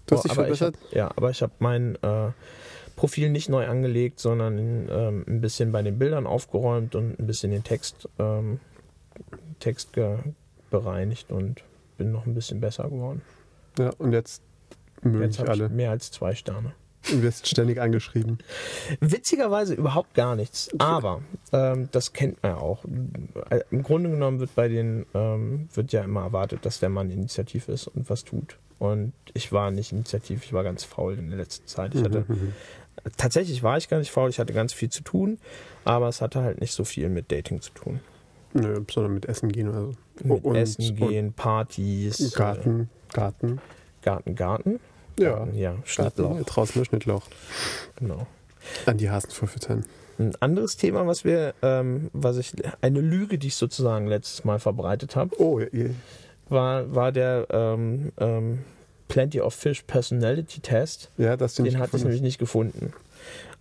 Speaker 2: du hast dich
Speaker 1: aber ich
Speaker 2: verbessert?
Speaker 1: Hab, ja, aber ich habe mein äh, Profil nicht neu angelegt, sondern ähm, ein bisschen bei den Bildern aufgeräumt und ein bisschen den Text, ähm, Text ge bereinigt und bin noch ein bisschen besser geworden.
Speaker 2: Ja, und jetzt mögen
Speaker 1: Jetzt
Speaker 2: sich
Speaker 1: habe ich
Speaker 2: alle.
Speaker 1: mehr als zwei Sterne.
Speaker 2: Du wirst ständig angeschrieben.
Speaker 1: Witzigerweise überhaupt gar nichts. Aber ähm, das kennt man ja auch. Äh, Im Grunde genommen wird bei den ähm, wird ja immer erwartet, dass der Mann initiativ ist und was tut. Und ich war nicht initiativ, ich war ganz faul in der letzten Zeit.
Speaker 2: Mhm,
Speaker 1: Ich hatte tatsächlich war ich gar nicht faul, ich hatte ganz viel zu tun, aber es hatte halt nicht so viel mit Dating zu tun.
Speaker 2: Nö, sondern mit Essen gehen oder so.
Speaker 1: Mit
Speaker 2: Und-
Speaker 1: Essen
Speaker 2: und-
Speaker 1: gehen, Partys, äh,
Speaker 2: Garten, Garten.
Speaker 1: Garten, Garten.
Speaker 2: Ja,
Speaker 1: Ja,
Speaker 2: Garten,
Speaker 1: Schnittlauch,
Speaker 2: ja, draußen der Schnittlauch.
Speaker 1: genau.
Speaker 2: An die Hasen verfüttern.
Speaker 1: Ein anderes Thema, was wir, ähm, was ich, eine Lüge, die ich sozusagen letztes Mal verbreitet habe,
Speaker 2: Oh, je.
Speaker 1: war, war der ähm, ähm, Plenty of Fish Personality Test.
Speaker 2: ja, das den
Speaker 1: Den hatte ich nämlich nicht gefunden.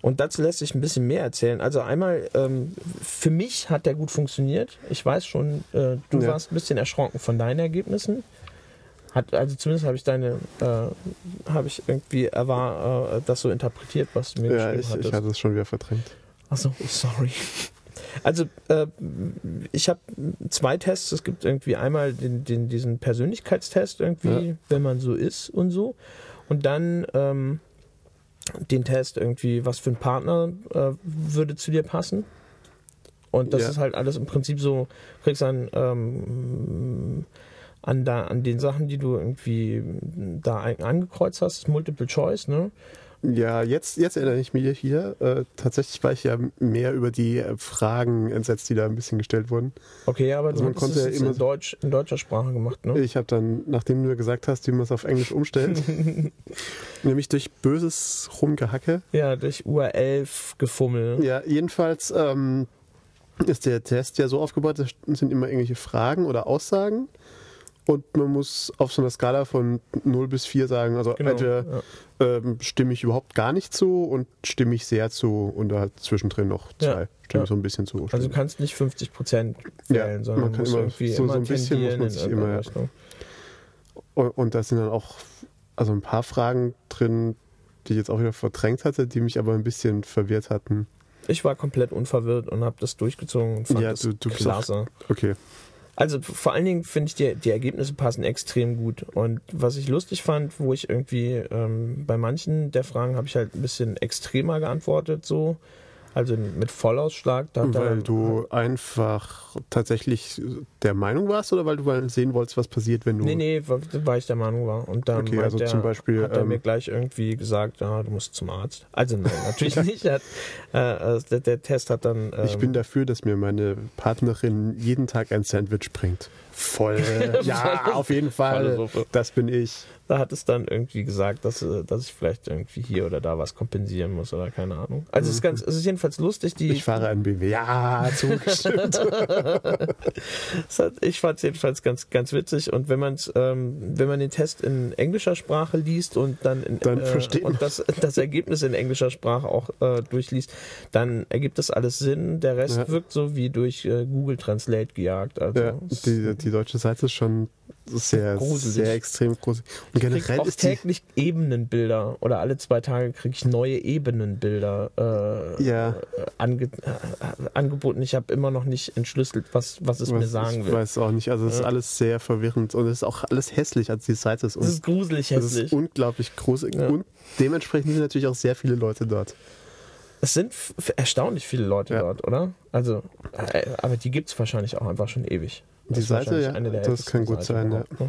Speaker 1: Und dazu lässt sich ein bisschen mehr erzählen. Also einmal, ähm, für mich hat der gut funktioniert. Ich weiß schon, äh, du
Speaker 2: Ja.
Speaker 1: warst ein bisschen erschrocken von deinen Ergebnissen. Hat, also zumindest habe ich deine, äh, habe ich irgendwie erwar, äh, das so interpretiert, was du mir
Speaker 2: Ja,
Speaker 1: geschrieben
Speaker 2: ich,
Speaker 1: hattest.
Speaker 2: ich hatte es schon wieder verdrängt.
Speaker 1: Achso,
Speaker 2: oh,
Speaker 1: sorry. Also, äh, ich habe zwei Tests. Es gibt irgendwie einmal den, den, diesen Persönlichkeitstest, irgendwie, wenn man so ist und so. Und dann ähm, den Test, irgendwie, was für ein Partner äh, würde zu dir passen. Und das
Speaker 2: Ja.
Speaker 1: ist halt alles im Prinzip so, kriegst dann ähm, an, da, an den Sachen, die du irgendwie da ein- angekreuzt hast, ist Multiple Choice, ne?
Speaker 2: Ja, jetzt, jetzt erinnere ich mich hier. Äh, tatsächlich war ich ja mehr über die äh, Fragen entsetzt, die da ein bisschen gestellt wurden.
Speaker 1: Okay, aber
Speaker 2: Also
Speaker 1: du
Speaker 2: man
Speaker 1: hast es
Speaker 2: konnte ja
Speaker 1: jetzt
Speaker 2: immer
Speaker 1: in,
Speaker 2: so-
Speaker 1: Deutsch, in deutscher Sprache gemacht, ne?
Speaker 2: Ich habe dann, nachdem du mir gesagt hast, wie man es auf Englisch umstellt, [LAUGHS] nämlich durch böses Rumgehacke.
Speaker 1: Ja, durch URL-Gefummel.
Speaker 2: Ja, jedenfalls ähm, ist der Test ja so aufgebaut, es sind immer irgendwelche Fragen oder Aussagen. Und man muss auf so einer Skala von 0 bis 4 sagen, also
Speaker 1: Genau.
Speaker 2: entweder
Speaker 1: ja.
Speaker 2: ähm, stimme ich überhaupt gar nicht zu und stimme ich sehr zu und da zwischendrin noch
Speaker 1: Ja,
Speaker 2: zwei stimme
Speaker 1: ja.
Speaker 2: ich so ein bisschen zu.
Speaker 1: Also du kannst nicht 50 Prozent wählen,
Speaker 2: Ja,
Speaker 1: sondern
Speaker 2: man kann
Speaker 1: musst
Speaker 2: immer-
Speaker 1: irgendwie
Speaker 2: so-
Speaker 1: immer
Speaker 2: so ein bisschen muss
Speaker 1: tendieren
Speaker 2: man
Speaker 1: in
Speaker 2: sich
Speaker 1: irgendeine
Speaker 2: immer-
Speaker 1: Richtung.
Speaker 2: Und, und da sind dann auch also ein paar Fragen drin, die ich jetzt auch wieder verdrängt hatte, die mich aber ein bisschen verwirrt hatten.
Speaker 1: Ich war komplett unverwirrt und habe das durchgezogen und fand
Speaker 2: Ja,
Speaker 1: das
Speaker 2: du- du bist auch-
Speaker 1: klasse.
Speaker 2: Okay.
Speaker 1: Also vor allen Dingen finde ich, die, die Ergebnisse passen extrem gut. Und was ich lustig fand, wo ich irgendwie ähm, bei manchen der Fragen habe ich halt ein bisschen extremer geantwortet, so. Also mit Vollausschlag. Da hat er-
Speaker 2: Weil du einfach tatsächlich der Meinung warst oder weil du mal sehen wolltest, was passiert, wenn du.
Speaker 1: Nee, nee, weil, weil ich der Meinung war. Und dann
Speaker 2: Okay,
Speaker 1: meint
Speaker 2: also
Speaker 1: der,
Speaker 2: zum Beispiel,
Speaker 1: hat er
Speaker 2: ähm,
Speaker 1: mir gleich irgendwie gesagt, ja, du musst zum Arzt. Also
Speaker 2: [LAUGHS]
Speaker 1: nein, natürlich nicht. Er hat, äh, äh, der, der Test hat dann...
Speaker 2: Ich
Speaker 1: ähm,
Speaker 2: bin dafür, dass mir meine Partnerin jeden Tag ein Sandwich bringt. Voll.
Speaker 1: [LAUGHS]
Speaker 2: ja, auf jeden Fall.
Speaker 1: Volle Suppe.
Speaker 2: Das bin ich.
Speaker 1: Da hat es dann irgendwie gesagt, dass, äh, dass ich vielleicht irgendwie hier oder da was kompensieren muss oder keine Ahnung. Also es ist ganz, es ist jedenfalls lustig, die
Speaker 2: Ich fahre einen BMW. Ja,
Speaker 1: [LAUGHS]
Speaker 2: zugestimmt.
Speaker 1: es hat, ich fand es jedenfalls ganz, ganz witzig. Und wenn man ähm, wenn man den Test in englischer Sprache liest und dann in,
Speaker 2: Dann
Speaker 1: äh,
Speaker 2: versteht man.
Speaker 1: und das, das Ergebnis in englischer Sprache auch äh, durchliest, dann ergibt das alles Sinn. Der Rest
Speaker 2: Ja.
Speaker 1: wirkt so wie durch äh, Google Translate gejagt. Also
Speaker 2: ja,
Speaker 1: es
Speaker 2: die, die deutsche Seite ist schon sehr,
Speaker 1: Gruselig.
Speaker 2: sehr extrem groß. Und
Speaker 1: krieg
Speaker 2: generell
Speaker 1: auch
Speaker 2: ist die,
Speaker 1: täglich Ebenenbilder oder alle zwei Tage kriege ich neue Ebenenbilder äh,
Speaker 2: Ja.
Speaker 1: äh, ange äh, angeboten. Ich habe immer noch nicht entschlüsselt, was, was es mir sagen
Speaker 2: ich
Speaker 1: will.
Speaker 2: weiß auch nicht. Also es ist alles sehr verwirrend und es ist auch alles hässlich. Also die Seite ist, un
Speaker 1: Es ist gruselig
Speaker 2: es ist
Speaker 1: hässlich.
Speaker 2: unglaublich groß und dementsprechend sind natürlich auch sehr viele Leute dort.
Speaker 1: Es sind f- erstaunlich viele Leute
Speaker 2: Ja.
Speaker 1: dort, oder? Also, äh, aber die gibt es wahrscheinlich auch einfach schon ewig. Das
Speaker 2: Die
Speaker 1: ist
Speaker 2: Seite,
Speaker 1: wahrscheinlich
Speaker 2: ja,
Speaker 1: eine der
Speaker 2: das
Speaker 1: ältesten
Speaker 2: kann gut
Speaker 1: Seiten
Speaker 2: sein, ja.
Speaker 1: überhaupt,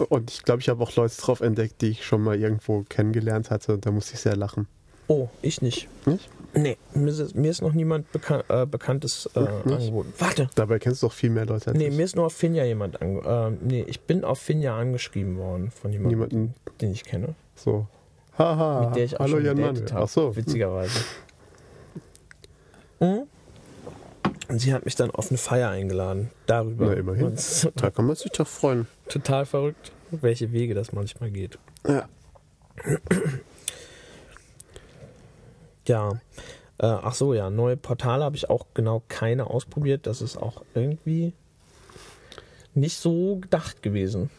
Speaker 1: ne?
Speaker 2: Und ich glaube, ich habe auch Leute drauf entdeckt, die ich schon mal irgendwo kennengelernt hatte. Da musste ich sehr lachen.
Speaker 1: Oh, ich nicht.
Speaker 2: Nicht?
Speaker 1: Nee, mir ist, mir ist noch niemand bekan äh, Bekanntes äh, angeboten. Warte,
Speaker 2: Dabei kennst du doch viel mehr Leute als
Speaker 1: nee,
Speaker 2: ich.
Speaker 1: mir ist nur auf Finja jemand ange äh, Nee, ich bin auf Finja angeschrieben worden von jemandem,
Speaker 2: Niemanden
Speaker 1: den ich kenne.
Speaker 2: so. Haha,
Speaker 1: mit der ich auch
Speaker 2: Ah, hallo
Speaker 1: schon
Speaker 2: Jan Mann.
Speaker 1: gedatet habe,
Speaker 2: Ach so. Hm.
Speaker 1: witzigerweise. Mhm. Und sie hat mich dann auf eine Feier eingeladen. Darüber.
Speaker 2: Na, immerhin.
Speaker 1: Und es ist
Speaker 2: Da kann man sich doch freuen.
Speaker 1: Total verrückt, welche Wege das manchmal geht.
Speaker 2: Ja.
Speaker 1: Ja. Äh, ach so, ja, neue Portale habe ich auch genau keine ausprobiert. Das ist auch irgendwie nicht so gedacht gewesen.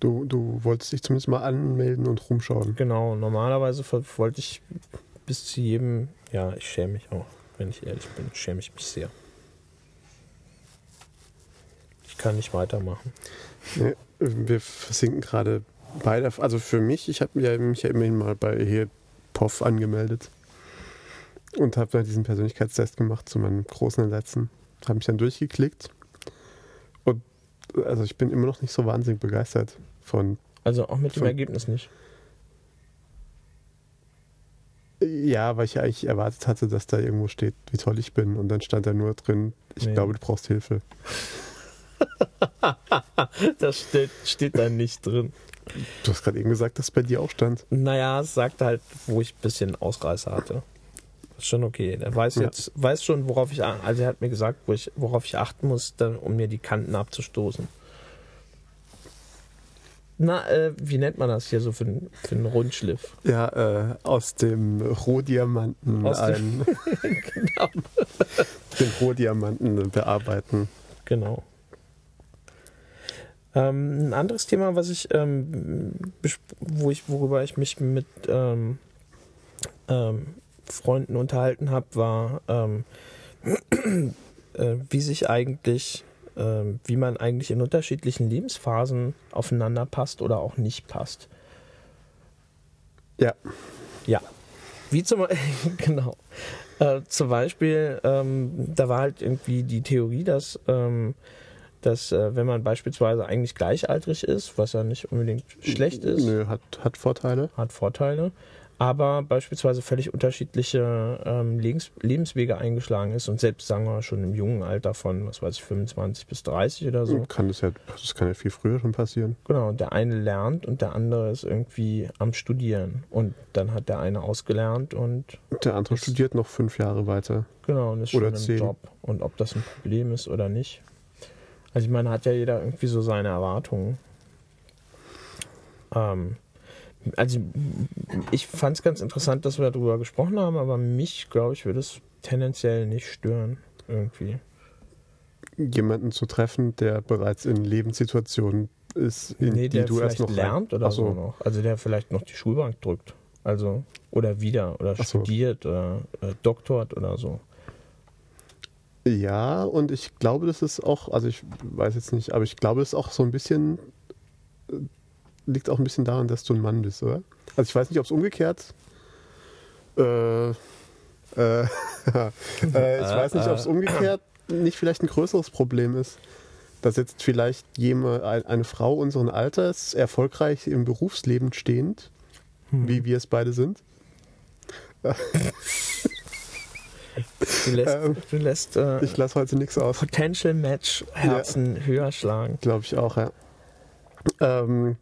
Speaker 2: Du, du wolltest dich zumindest mal anmelden und rumschauen.
Speaker 1: Genau, normalerweise ver- wollte ich bis zu jedem, ja, ich schäme mich auch, wenn ich ehrlich bin, schäme ich mich sehr. Ich kann nicht weitermachen.
Speaker 2: Nee, wir versinken gerade beide. Also für mich, ich habe ja, mich ja immerhin mal bei hier POF angemeldet und habe dann diesen Persönlichkeitstest gemacht zu meinem großen Entsetzen. Habe mich dann durchgeklickt und also ich bin immer noch nicht so wahnsinnig begeistert von.
Speaker 1: Also auch mit dem
Speaker 2: Von-
Speaker 1: Ergebnis nicht. [LAUGHS]
Speaker 2: Ja, weil ich ja eigentlich erwartet hatte, dass da irgendwo steht, wie toll ich bin. Und dann stand da nur drin, ich
Speaker 1: Nee.
Speaker 2: glaube, du brauchst Hilfe.
Speaker 1: Das steht, steht da nicht drin.
Speaker 2: Du hast gerade eben gesagt, dass es bei dir auch stand.
Speaker 1: Naja, es sagt halt, wo ich ein bisschen Ausreißer hatte. Ist schon okay. Der weiß
Speaker 2: Ja.
Speaker 1: jetzt, weiß schon, worauf ich, a- also er hat mir gesagt, wo ich, worauf ich achten muss, dann, um mir die Kanten abzustoßen. Na, äh, wie nennt man das hier so für, n- für einen Rundschliff?
Speaker 2: Ja, äh, aus dem Rohdiamanten
Speaker 1: Aus
Speaker 2: ein.
Speaker 1: dem- [LAUGHS] genau.
Speaker 2: den Rohdiamanten bearbeiten.
Speaker 1: Genau. Ähm, ein anderes Thema, was ich, ähm, besp- wo ich, worüber ich mich mit ähm, ähm, Freunden unterhalten habe, war, ähm, [CLEARS THROAT] äh, wie sich eigentlich, ähm, wie man eigentlich in unterschiedlichen Lebensphasen aufeinander passt oder auch nicht passt.
Speaker 2: Ja,
Speaker 1: Ja. Wie zum [LAUGHS] genau. Äh, zum Beispiel, ähm, da war halt irgendwie die Theorie, dass, ähm, dass äh, wenn man beispielsweise eigentlich gleichaltrig ist, was ja nicht unbedingt schlecht ist,
Speaker 2: nö, hat, hat Vorteile.
Speaker 1: hat Vorteile, aber beispielsweise völlig unterschiedliche ähm, Lebens Lebenswege eingeschlagen ist und selbst sagen wir mal, schon im jungen Alter von, was weiß ich, 25 bis 30 oder so.
Speaker 2: Also Kann das ja, das kann ja viel früher schon passieren.
Speaker 1: Genau, und der eine lernt und der andere ist irgendwie am Studieren. Und dann hat der eine ausgelernt und
Speaker 2: Der andere studiert noch fünf Jahre weiter.
Speaker 1: genau, und ist
Speaker 2: Oder
Speaker 1: schon
Speaker 2: zehn.
Speaker 1: im Job. Und ob das ein Problem ist oder nicht. Also ich meine, hat ja jeder irgendwie so seine Erwartungen. Ähm, also ich fand es ganz interessant, dass wir darüber gesprochen haben, aber mich, glaube ich, würde es tendenziell nicht stören. Irgendwie.
Speaker 2: Jemanden zu treffen, der bereits in Lebenssituationen ist, in
Speaker 1: nee,
Speaker 2: die
Speaker 1: der
Speaker 2: du erst
Speaker 1: vielleicht
Speaker 2: noch rein-
Speaker 1: lernt oder
Speaker 2: Ach
Speaker 1: so.
Speaker 2: so.
Speaker 1: noch. Also der vielleicht noch die Schulbank drückt. Also, oder wieder, oder
Speaker 2: so.
Speaker 1: studiert, oder äh, doktort oder so.
Speaker 2: Ja, und ich glaube, das ist auch, also ich weiß jetzt nicht, aber ich glaube, das ist auch so ein bisschen, äh, liegt auch ein bisschen daran, dass du ein Mann bist, oder? Also ich weiß nicht, ob es umgekehrt. Äh, [LAUGHS] äh, äh, ich weiß nicht, ob es umgekehrt nicht vielleicht ein größeres Problem ist. Dass jetzt vielleicht jemand, ein- eine Frau unseren Alters erfolgreich im Berufsleben stehend, wie wir es beide sind, [LAUGHS]
Speaker 1: Du lässt,
Speaker 2: Ähm,
Speaker 1: du lässt äh,
Speaker 2: ich lasse heute nichts aus.
Speaker 1: Potential Match Herzen höher schlagen.
Speaker 2: Glaube ich auch, ja. Ähm,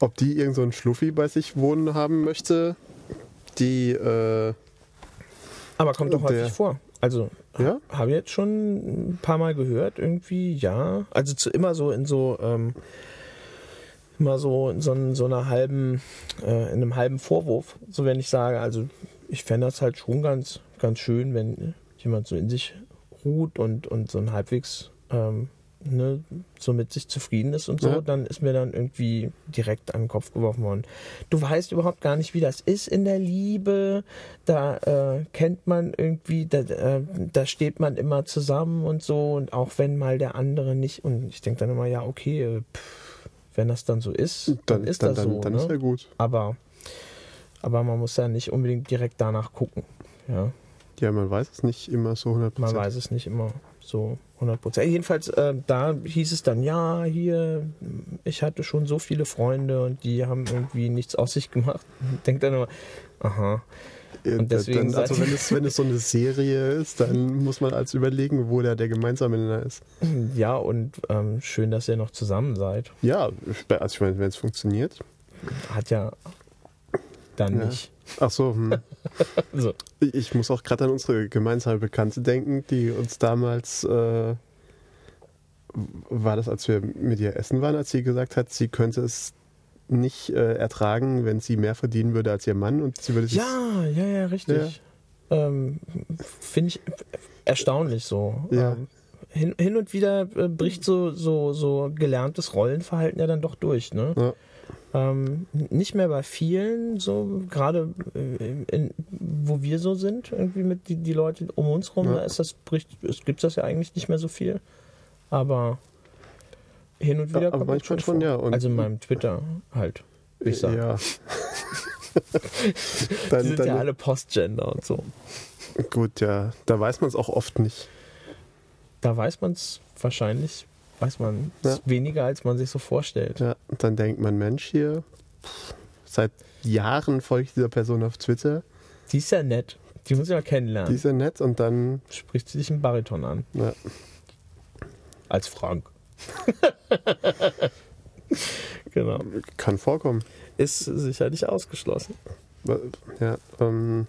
Speaker 2: ob die irgend so einen Schluffi bei sich wohnen haben möchte, die, äh,
Speaker 1: Aber kommt doch
Speaker 2: Und der-
Speaker 1: häufig vor. Also
Speaker 2: Ja?
Speaker 1: habe ich jetzt schon ein paar Mal gehört, irgendwie, ja. Also zu immer so in so, ähm, immer so in so, n- so einer halben, äh, in einem halben Vorwurf, so wenn ich sage, also ich fände das halt schon ganz, ganz schön, wenn jemand so in sich ruht und, und so ein halbwegs ähm, ne, so mit sich zufrieden ist und so,
Speaker 2: Ja.
Speaker 1: dann ist mir dann irgendwie direkt an den Kopf geworfen worden. Du weißt überhaupt gar nicht, wie das ist in der Liebe. Da äh, kennt man irgendwie, da, äh, da steht man immer zusammen und so. Und auch wenn mal der andere nicht. Und ich denke dann immer, ja, okay, äh, pff, wenn das dann so ist, dann,
Speaker 2: dann,
Speaker 1: ist
Speaker 2: dann,
Speaker 1: das
Speaker 2: dann,
Speaker 1: so.
Speaker 2: dann
Speaker 1: ne?
Speaker 2: ist ja gut.
Speaker 1: aber, aber man muss ja nicht unbedingt direkt danach gucken. Ja.
Speaker 2: Ja, man weiß es nicht immer so 100%.
Speaker 1: Man weiß es nicht immer so 100%. Jedenfalls, äh, da hieß es dann, ja, hier, ich hatte schon so viele Freunde und die haben irgendwie nichts aus sich gemacht. [LAUGHS] Denkt dann immer, aha.
Speaker 2: Äh,
Speaker 1: und deswegen
Speaker 2: dann, also
Speaker 1: seid-
Speaker 2: wenn es, wenn es so eine Serie ist, dann muss man als überlegen, wo da der gemeinsame Nenner ist.
Speaker 1: Ja, und ähm, schön, dass ihr noch zusammen seid.
Speaker 2: Ja, ich- also ich meine, wenn es funktioniert.
Speaker 1: Hat ja dann
Speaker 2: Ja.
Speaker 1: nicht.
Speaker 2: Ach so, hm.
Speaker 1: So.
Speaker 2: Ich- Ich muss auch gerade an unsere gemeinsame Bekannte denken, die uns damals, äh, w- war das, als wir mit ihr essen waren, als sie gesagt hat, sie könnte es nicht äh, ertragen, wenn sie mehr verdienen würde als ihr Mann und sie würde sich
Speaker 1: Ja, ja, ja, richtig. Ähm, Finde ich erstaunlich so.
Speaker 2: Ja.
Speaker 1: Ähm, hin, hin und wieder äh, bricht so, so, so gelerntes Rollenverhalten ja dann doch durch, ne?
Speaker 2: Ja.
Speaker 1: Ähm, nicht mehr bei vielen, so gerade äh, in, wo wir so sind, irgendwie mit die, die Leute um uns rum,
Speaker 2: Ja.
Speaker 1: da ist das bricht, es gibt das ja eigentlich nicht mehr so viel. Aber hin und
Speaker 2: Ja,
Speaker 1: wieder
Speaker 2: aber
Speaker 1: kommt das
Speaker 2: manchmal schon, ja, und-
Speaker 1: also in meinem Twitter halt. Ich sag. [LAUGHS]
Speaker 2: Ja.
Speaker 1: Die
Speaker 2: dann,
Speaker 1: sind ja
Speaker 2: dann,
Speaker 1: alle Postgender und so.
Speaker 2: gut, ja, da weiß man es auch oft nicht.
Speaker 1: Da weiß man es wahrscheinlich, weiß man
Speaker 2: Ja.
Speaker 1: weniger, als man sich so vorstellt.
Speaker 2: Ja, und dann denkt man, Mensch, hier, pff, seit Jahren folge ich dieser Person auf Twitter,
Speaker 1: Die ist ja nett. Die muss ich mal
Speaker 2: die
Speaker 1: kennenlernen.
Speaker 2: ist ja nett und dann,
Speaker 1: Spricht sie sich im Bariton an.
Speaker 2: ja, [LAUGHS]
Speaker 1: Als Frank. genau.
Speaker 2: kann vorkommen.
Speaker 1: Ist sicherlich ausgeschlossen.
Speaker 2: Wa- Ja, ähm.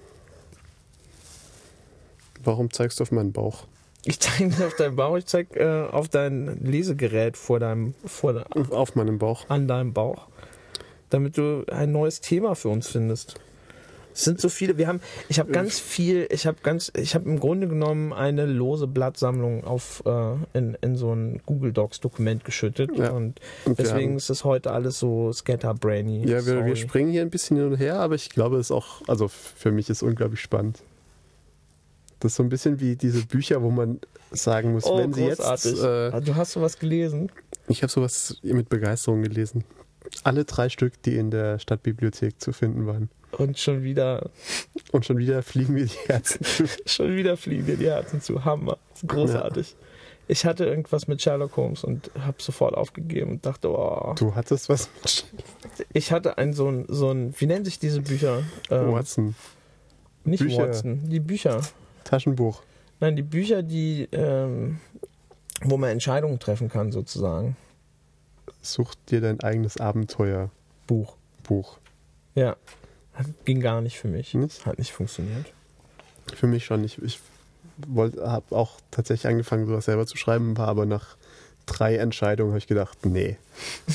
Speaker 2: Warum zeigst du auf meinen Bauch?
Speaker 1: Ich zeig nicht auf deinen Bauch, ich zeig äh, auf dein Lesegerät vor deinem, vor de,
Speaker 2: Auf meinem Bauch.
Speaker 1: an deinem Bauch. Damit du ein neues Thema für uns findest. Es sind so viele. Wir haben, ich habe ganz
Speaker 2: Äh.
Speaker 1: viel, ich habe ganz, ich habe im Grunde genommen eine lose Blattsammlung auf äh, in, in so ein Google Docs Dokument geschüttet
Speaker 2: Ja.
Speaker 1: und
Speaker 2: Und wir
Speaker 1: deswegen
Speaker 2: haben-
Speaker 1: ist es heute alles so scatterbrainy.
Speaker 2: Ja, wir, wir
Speaker 1: Sorry.
Speaker 2: springen hier ein bisschen hin und her, aber ich glaube, es ist auch, also f- für mich ist es unglaublich spannend. Das ist so ein bisschen wie diese Bücher, wo man sagen muss,
Speaker 1: Oh,
Speaker 2: wenn sie jetzt.
Speaker 1: großartig. Also,
Speaker 2: Äh,
Speaker 1: du hast sowas gelesen?
Speaker 2: ich habe sowas mit Begeisterung gelesen. Alle drei Stück, die in der Stadtbibliothek zu finden waren.
Speaker 1: Und schon wieder,
Speaker 2: Und schon wieder fliegen wir die Herzen.
Speaker 1: schon wieder fliegen dir die Herzen zu. Hammer. Das ist großartig. Ich hatte irgendwas mit Sherlock Holmes und habe sofort aufgegeben und dachte, oh.
Speaker 2: Du hattest was mit
Speaker 1: Ich hatte einen so ein, so ein, wie nennen sich diese Bücher? Ähm,
Speaker 2: Watson.
Speaker 1: Nicht
Speaker 2: Bücher.
Speaker 1: Watson, die Bücher.
Speaker 2: Taschenbuch.
Speaker 1: Nein, die Bücher, die, ähm, wo man Entscheidungen treffen kann, sozusagen.
Speaker 2: Such dir dein eigenes Abenteuerbuch.
Speaker 1: Buch. Ja. Ging gar nicht für mich.
Speaker 2: Nicht?
Speaker 1: Hat nicht funktioniert. [LAUGHS]
Speaker 2: Für mich schon. Ich, ich habe auch tatsächlich angefangen, sowas selber zu schreiben, war aber nach drei Entscheidungen habe ich gedacht, nee,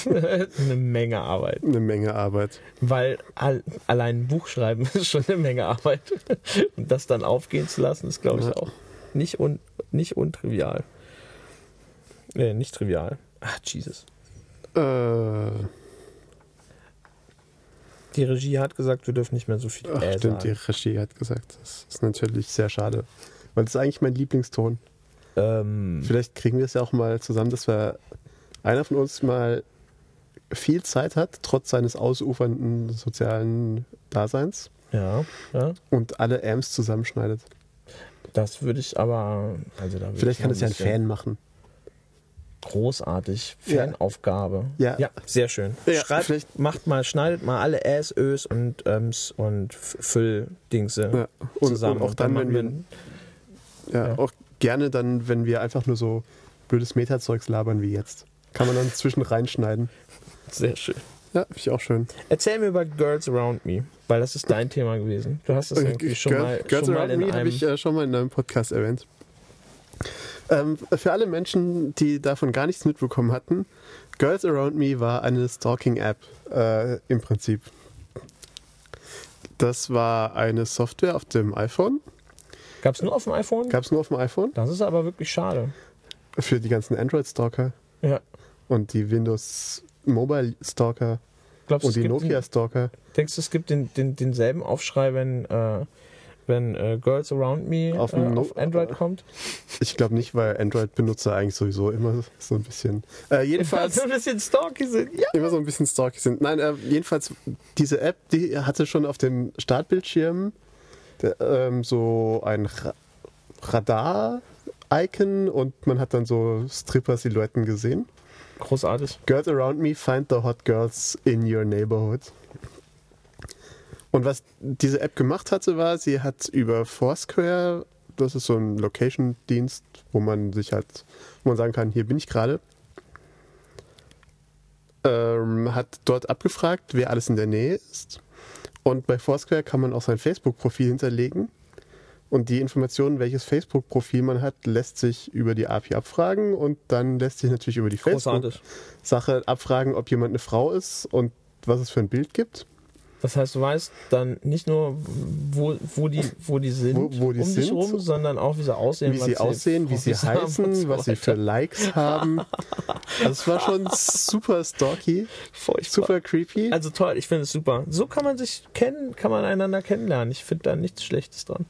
Speaker 1: eine Menge Arbeit.
Speaker 2: eine Menge Arbeit.
Speaker 1: Weil al allein ein Buch schreiben [LAUGHS] ist schon eine Menge Arbeit. Und das dann aufgehen zu lassen, ist, glaube ich,
Speaker 2: Ja.
Speaker 1: auch nicht, un nicht untrivial. Äh, nicht trivial. Ach, Jesus.
Speaker 2: Äh,
Speaker 1: Die Regie hat gesagt, wir dürfen nicht mehr so viel
Speaker 2: ach,
Speaker 1: äh
Speaker 2: stimmt, die
Speaker 1: sagen.
Speaker 2: Regie hat gesagt. Das ist natürlich sehr schade. Weil das ist eigentlich mein Lieblingston.
Speaker 1: Ähm,
Speaker 2: Vielleicht kriegen wir es ja auch mal zusammen, dass wir einer von uns mal viel Zeit hat, trotz seines ausufernden sozialen Daseins
Speaker 1: ja, ja,
Speaker 2: und alle Amps zusammenschneidet.
Speaker 1: das würde ich aber. Also da würde
Speaker 2: Vielleicht
Speaker 1: ich
Speaker 2: kann
Speaker 1: noch
Speaker 2: das ja ein
Speaker 1: bisschen-
Speaker 2: Fan machen.
Speaker 1: Großartig.
Speaker 2: Ja.
Speaker 1: Fanaufgabe.
Speaker 2: Ja.
Speaker 1: sehr schön.
Speaker 2: Ja,
Speaker 1: Schreibt,
Speaker 2: vielleicht-
Speaker 1: macht mal, schneidet mal alle Äs, Ös und Äms und F- Fülldingse
Speaker 2: Ja. Und,
Speaker 1: zusammen.
Speaker 2: und auch
Speaker 1: Und
Speaker 2: dann,
Speaker 1: machen
Speaker 2: wenn wir Ja,
Speaker 1: Ja.
Speaker 2: auch gerne dann, wenn wir einfach nur so blödes Meta-Zeugs labern wie jetzt. Kann man dann zwischen reinschneiden.
Speaker 1: Sehr schön.
Speaker 2: Ja, finde ich auch schön.
Speaker 1: Erzähl mir über Girls Around Me, weil das ist dein Thema gewesen. Du hast es irgendwie schon
Speaker 2: Girl-
Speaker 1: mal,
Speaker 2: Äh, Girls
Speaker 1: schon mal
Speaker 2: Around
Speaker 1: in
Speaker 2: Me habe
Speaker 1: einem...
Speaker 2: ich äh, schon mal in einem Podcast erwähnt. Ähm, für alle Menschen, die davon gar nichts mitbekommen hatten, Girls Around Me war eine Stalking-App äh, im Prinzip. Das war eine Software auf dem iPhone.
Speaker 1: Gab es nur auf dem iPhone?
Speaker 2: Gab es nur auf dem iPhone.
Speaker 1: Das ist aber wirklich schade.
Speaker 2: Für die ganzen Android-Stalker
Speaker 1: Ja.
Speaker 2: und die Windows-Mobile-Stalker.
Speaker 1: Glaubst, du,
Speaker 2: Und
Speaker 1: es
Speaker 2: die
Speaker 1: gibt den,
Speaker 2: Nokia-Stalker.
Speaker 1: denkst du, es gibt den, den, denselben Aufschrei, wenn, äh, wenn äh, Girls Around Me
Speaker 2: Auf
Speaker 1: auf,
Speaker 2: dem
Speaker 1: äh,
Speaker 2: No-
Speaker 1: auf Android
Speaker 2: [LAUGHS]
Speaker 1: kommt?
Speaker 2: Ich glaube nicht, weil Android-Benutzer eigentlich sowieso immer so ein bisschen. Äh,
Speaker 1: Weil
Speaker 2: jedenfalls.
Speaker 1: so ein bisschen stalky sind. Ja.
Speaker 2: [LAUGHS] immer so ein bisschen stalky sind. Nein, äh, jedenfalls, diese App, die hatte schon auf dem Startbildschirm der, ähm, so ein Ra Radar-Icon und man hat dann so Stripper-Silhouetten gesehen.
Speaker 1: Großartig.
Speaker 2: Girls around me find the hot girls in your neighborhood. Und was diese App gemacht hatte, war, sie hat über Foursquare, das ist so ein Location-Dienst, wo man sich halt, wo man sagen kann, hier bin ich gerade, ähm, hat dort abgefragt, wer alles in der Nähe ist. Und bei Foursquare kann man auch sein Facebook-Profil hinterlegen. Und die Informationen, welches Facebook-Profil man hat, lässt sich über die API abfragen und dann lässt sich natürlich über die Facebook
Speaker 1: Großartig.
Speaker 2: Sache abfragen, ob jemand eine Frau ist und was es für ein Bild gibt,
Speaker 1: Das heißt, du weißt dann nicht nur, wo, wo, die, wo die sind,
Speaker 2: Wo- wo die
Speaker 1: um dich
Speaker 2: sind.
Speaker 1: rum, sondern auch, wie sie aussehen.
Speaker 2: wie
Speaker 1: was
Speaker 2: sie aussehen, wie sie
Speaker 1: was haben und
Speaker 2: heißen,
Speaker 1: so
Speaker 2: was sie für
Speaker 1: weiter.
Speaker 2: Likes haben. Also es war schon super stalky,
Speaker 1: Furchtbar.
Speaker 2: super creepy.
Speaker 1: Also toll, ich finde es super. So kann man sich kennen, kann man einander kennenlernen. Ich finde da nichts Schlechtes dran.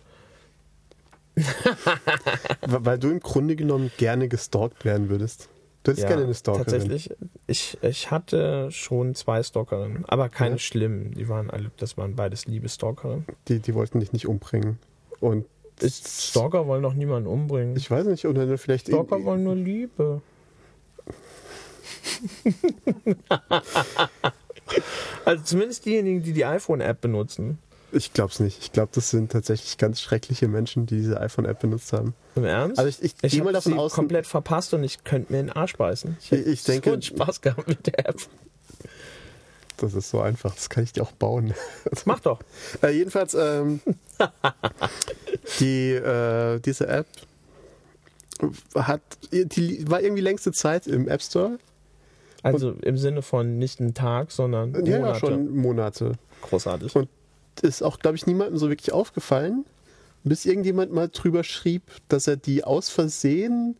Speaker 2: Wa- Weil du im Grunde genommen gerne gestalkt werden würdest. Du hättest gerne eine Stalkerin.
Speaker 1: tatsächlich. Ich, ich hatte schon zwei Stalkerinnen, aber keine
Speaker 2: Ja.
Speaker 1: schlimmen. Die waren alle, das waren beides liebe Stalkerinnen.
Speaker 2: Die, die wollten dich nicht umbringen. Und
Speaker 1: Ist- Stalker wollen doch niemanden umbringen.
Speaker 2: ich weiß nicht, oder nur vielleicht
Speaker 1: Stalker
Speaker 2: in,
Speaker 1: wollen
Speaker 2: [LAUGHS]
Speaker 1: nur Liebe. also zumindest diejenigen, die die iPhone-App benutzen.
Speaker 2: ich glaube es nicht. Ich glaube, das sind tatsächlich ganz schreckliche Menschen, die diese iPhone-App benutzt haben.
Speaker 1: Im Ernst?
Speaker 2: Also ich- ich gehe
Speaker 1: hab
Speaker 2: mal davon
Speaker 1: sie
Speaker 2: aus-
Speaker 1: komplett verpasst und ich könnte mir in den Arsch beißen.
Speaker 2: Ich-
Speaker 1: hätte
Speaker 2: ich denke-
Speaker 1: so einen Spaß gehabt
Speaker 2: [LAUGHS]
Speaker 1: mit der App.
Speaker 2: Das ist so einfach. Das kann ich dir auch bauen.
Speaker 1: Mach doch.
Speaker 2: Äh, jedenfalls, ähm, die, äh, diese App hat, die war irgendwie längste Zeit im App Store.
Speaker 1: Also im Sinne von nicht einen Tag, sondern Monate.
Speaker 2: Ja, ja, schon Monate.
Speaker 1: Großartig.
Speaker 2: Und ist auch, glaube ich, niemandem so wirklich aufgefallen, bis irgendjemand mal drüber schrieb, dass er die aus Versehen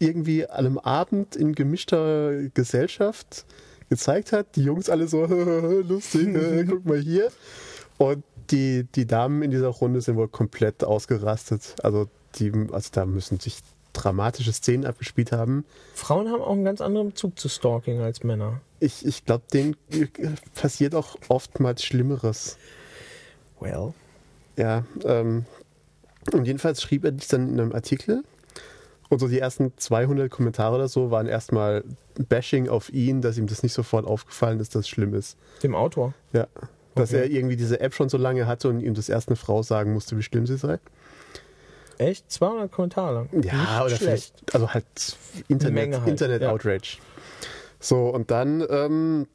Speaker 2: irgendwie an einem Abend in gemischter Gesellschaft gezeigt hat. Die Jungs alle so, [LAUGHS] lustig, äh, guck mal hier. Und die, die Damen in dieser Runde sind wohl komplett ausgerastet. Also, die, also da müssen sich dramatische Szenen abgespielt haben.
Speaker 1: Frauen haben auch einen ganz anderen Bezug zu Stalking als Männer.
Speaker 2: Ich, ich glaube, denen passiert auch oftmals Schlimmeres.
Speaker 1: Well.
Speaker 2: Ja, ähm, und jedenfalls schrieb er dies dann in einem Artikel. Und so die ersten 200 Kommentare oder so waren erstmal Bashing auf ihn, dass ihm das nicht sofort aufgefallen ist, dass es schlimm ist.
Speaker 1: Dem Autor.
Speaker 2: Ja. Dass
Speaker 1: Okay.
Speaker 2: er irgendwie diese App schon so lange hatte und ihm das erst eine Frau sagen musste, wie schlimm sie sei.
Speaker 1: Echt? 200 Kommentare lang.
Speaker 2: Ja, oder
Speaker 1: schlecht.
Speaker 2: vielleicht, also halt Internet,
Speaker 1: Menge halt,
Speaker 2: Internet
Speaker 1: ja.
Speaker 2: Outrage. So, und dann ähm,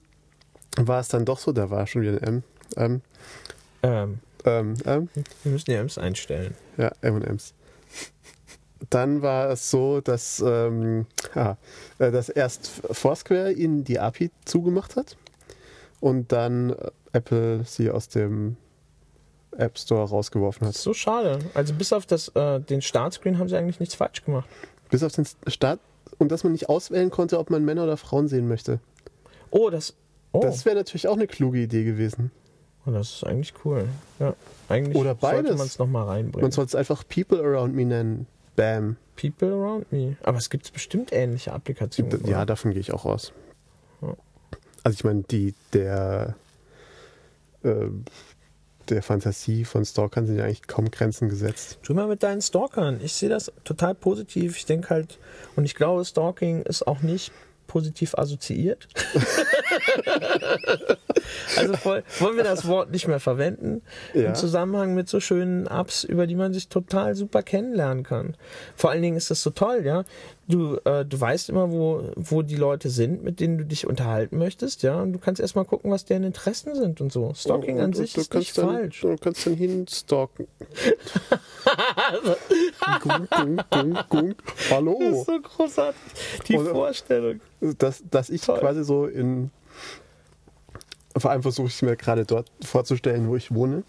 Speaker 2: war es dann doch so, da war schon wieder ein M. Ähm,
Speaker 1: Ähm,
Speaker 2: ähm, ähm,
Speaker 1: wir müssen die Ems einstellen.
Speaker 2: ja, M&M's. Dann war es so, dass, ähm, ah, äh, dass erst Foursquare ihnen die API zugemacht hat und dann äh, Apple sie aus dem App Store rausgeworfen
Speaker 1: Das
Speaker 2: hat.
Speaker 1: ist so schade. Also bis auf das, äh, den Startscreen haben sie eigentlich nichts falsch gemacht.
Speaker 2: Bis auf den Start und dass man nicht auswählen konnte, ob man Männer oder Frauen sehen möchte.
Speaker 1: Oh, das. Oh, das,
Speaker 2: Das wäre natürlich auch eine kluge Idee gewesen.
Speaker 1: oh, das ist eigentlich cool. Ja, eigentlich
Speaker 2: Oder
Speaker 1: sollte
Speaker 2: beides.
Speaker 1: man es nochmal reinbringen.
Speaker 2: Man sollte es einfach People Around Me nennen. Bam.
Speaker 1: People around me. Aber es gibt bestimmt ähnliche Applikationen.
Speaker 2: D- Ja,
Speaker 1: oder?
Speaker 2: davon gehe ich auch aus.
Speaker 1: Ja.
Speaker 2: Also ich meine, die, der, äh, der Fantasie von Stalkern sind ja eigentlich kaum Grenzen gesetzt.
Speaker 1: Tu mal mit deinen Stalkern. Ich sehe das total positiv. Ich denke halt, und ich glaube, Stalking ist auch nicht positiv assoziiert. [LAUGHS] also voll, wollen wir das Wort nicht mehr verwenden
Speaker 2: Ja.
Speaker 1: im Zusammenhang mit so schönen Apps, über die man sich total super kennenlernen kann. Vor allen Dingen ist das so toll, ja. Du, äh, du weißt immer, wo, wo die Leute sind, mit denen du dich unterhalten möchtest, ja. Und du kannst erstmal gucken, was deren Interessen sind und so. Oh, Stalking
Speaker 2: Oh, Und-
Speaker 1: an
Speaker 2: und
Speaker 1: sich
Speaker 2: du
Speaker 1: ist
Speaker 2: kannst
Speaker 1: nicht
Speaker 2: dann,
Speaker 1: falsch.
Speaker 2: Du kannst dann
Speaker 1: [LAUGHS]
Speaker 2: hinstalken. gung, gung, gung, gung.
Speaker 1: Das ist
Speaker 2: Hallo.
Speaker 1: so großartig. Die
Speaker 2: Oder-
Speaker 1: Vorstellung.
Speaker 2: Dass, dass ich
Speaker 1: Toll.
Speaker 2: quasi so in... Vor allem versuche ich mir gerade dort vorzustellen, wo ich wohne.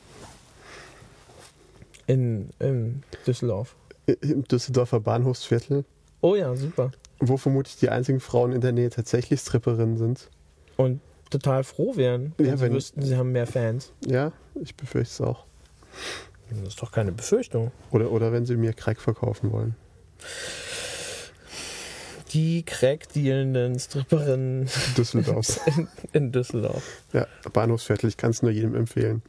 Speaker 1: In, in Düsseldorf.
Speaker 2: Im Düsseldorfer Bahnhofsviertel.
Speaker 1: Oh ja, super.
Speaker 2: wo vermutlich die einzigen Frauen in der Nähe tatsächlich Stripperinnen sind.
Speaker 1: Und total froh wären, wenn
Speaker 2: Ja,
Speaker 1: sie
Speaker 2: wenn-
Speaker 1: wüssten, sie haben mehr Fans.
Speaker 2: Ja, ich befürchte es auch.
Speaker 1: Das ist doch keine Befürchtung.
Speaker 2: Oder, oder wenn sie mir Crack verkaufen wollen.
Speaker 1: Die crack-dealenden Stripperinnen [LAUGHS]
Speaker 2: Düsseldorf.
Speaker 1: in, in Düsseldorf.
Speaker 2: ja, Bahnhofsviertel, ich kann es nur jedem empfehlen.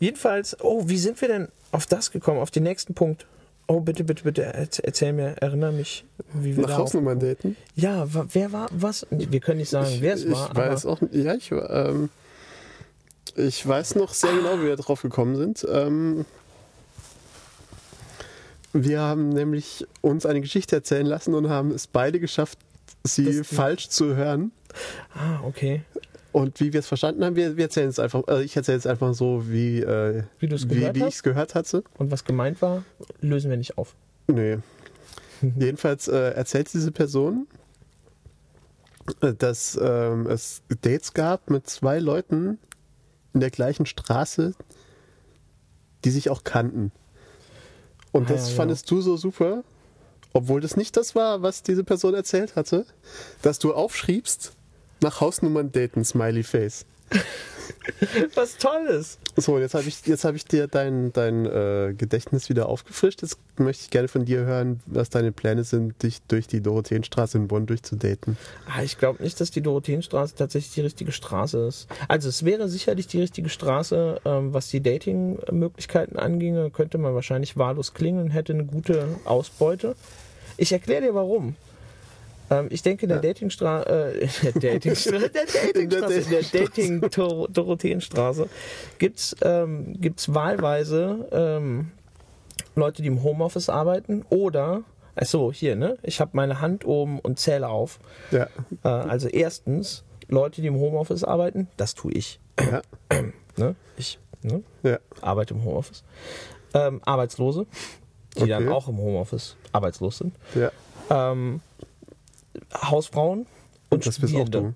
Speaker 1: Jedenfalls, oh, wie sind wir denn auf das gekommen, auf den nächsten Punkt? Oh, bitte, bitte, bitte, erz- erzähl mir, erinnere mich, wie wir
Speaker 2: Nach
Speaker 1: da
Speaker 2: Hausnummern daten?
Speaker 1: Ja, wa- wer war, was? Wir können nicht sagen, wer es
Speaker 2: ich
Speaker 1: war,
Speaker 2: weiß
Speaker 1: aber
Speaker 2: auch nicht. Ja, ich, ähm, ich weiß noch sehr genau, wie wir drauf gekommen sind. Ähm, wir haben nämlich uns eine Geschichte erzählen lassen und haben es beide geschafft, sie
Speaker 1: Das-
Speaker 2: falsch zu hören.
Speaker 1: ah, okay.
Speaker 2: Und wie wir es verstanden haben, wir, wir erzählen es einfach, also ich erzähle es einfach so, wie, äh,
Speaker 1: Wie du's gehört
Speaker 2: wie, wie
Speaker 1: hast?
Speaker 2: ich es gehört hatte.
Speaker 1: Und was gemeint war, lösen wir nicht auf. [LAUGHS]
Speaker 2: Nee. Jedenfalls äh, erzählt diese Person, äh, dass ähm, es Dates gab mit zwei Leuten in der gleichen Straße, die sich auch kannten. Und
Speaker 1: Ah,
Speaker 2: das
Speaker 1: ja,
Speaker 2: fandest du so super, obwohl das nicht das war, was diese Person erzählt hatte, dass du aufschriebst, nach Hausnummern daten, Smiley Face.
Speaker 1: Was Tolles!
Speaker 2: So, jetzt habe ich, jetzt hab ich dir dein, dein äh, Gedächtnis wieder aufgefrischt. Jetzt möchte ich gerne von dir hören, was deine Pläne sind, dich durch die Dorotheenstraße in Bonn durchzudaten.
Speaker 1: Ah, ich glaube nicht, dass die Dorotheenstraße tatsächlich die richtige Straße ist. Also es wäre sicherlich die richtige Straße, ähm, was die Dating-Möglichkeiten anginge, könnte man wahrscheinlich wahllos klingeln, hätte eine gute Ausbeute. Ich erkläre dir warum. Ähm, ich denke, in der Datingstraße, äh, [LAUGHS] in der Datingstraße, der Datingstraße, in der Dating-Dorotheenstraße gibt's ähm, gibt's wahlweise ähm, Leute, die im Homeoffice arbeiten oder, ach so, hier, ne? Ich habe meine Hand oben und zähle auf.
Speaker 2: Ja.
Speaker 1: Äh, also erstens, Leute, die im Homeoffice arbeiten, das tue ich.
Speaker 2: Ja.
Speaker 1: Ne? Ich ne?
Speaker 2: Ja.
Speaker 1: arbeite im Homeoffice. Ähm, Arbeitslose, die
Speaker 2: Okay.
Speaker 1: dann auch im Homeoffice arbeitslos sind.
Speaker 2: ja.
Speaker 1: Ähm, Hausfrauen und
Speaker 2: Das bist auch
Speaker 1: Studierende.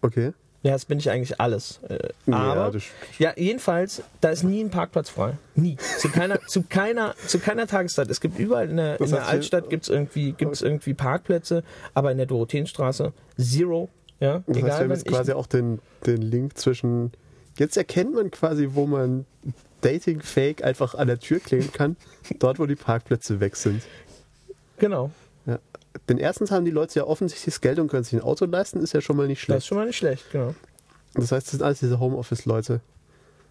Speaker 2: du. Okay.
Speaker 1: Ja, das bin ich eigentlich alles. Äh,
Speaker 2: Ja,
Speaker 1: aber
Speaker 2: das-
Speaker 1: ja, jedenfalls, da ist nie ein Parkplatz frei. Nie. Zu keiner, zu keiner, zu keiner Tageszeit. Es gibt überall in der, in der
Speaker 2: heißt, hier-
Speaker 1: Altstadt gibt's irgendwie, gibt's irgendwie Parkplätze, aber in der Dorotheenstraße zero. Ja,
Speaker 2: Das heißt, wir
Speaker 1: egal
Speaker 2: haben
Speaker 1: wenn
Speaker 2: jetzt
Speaker 1: ich
Speaker 2: quasi auch den, den Link zwischen. Jetzt erkennt man quasi, wo man Dating-Fake einfach an der Tür kleben kann, dort, wo die Parkplätze weg sind.
Speaker 1: Genau.
Speaker 2: Ja. denn erstens haben die Leute ja offensichtlich das Geld und können sich ein Auto leisten, ist ja schon mal nicht
Speaker 1: Das ist
Speaker 2: schlecht.
Speaker 1: schon mal nicht schlecht, genau.
Speaker 2: Das heißt, das sind alles diese Homeoffice-Leute.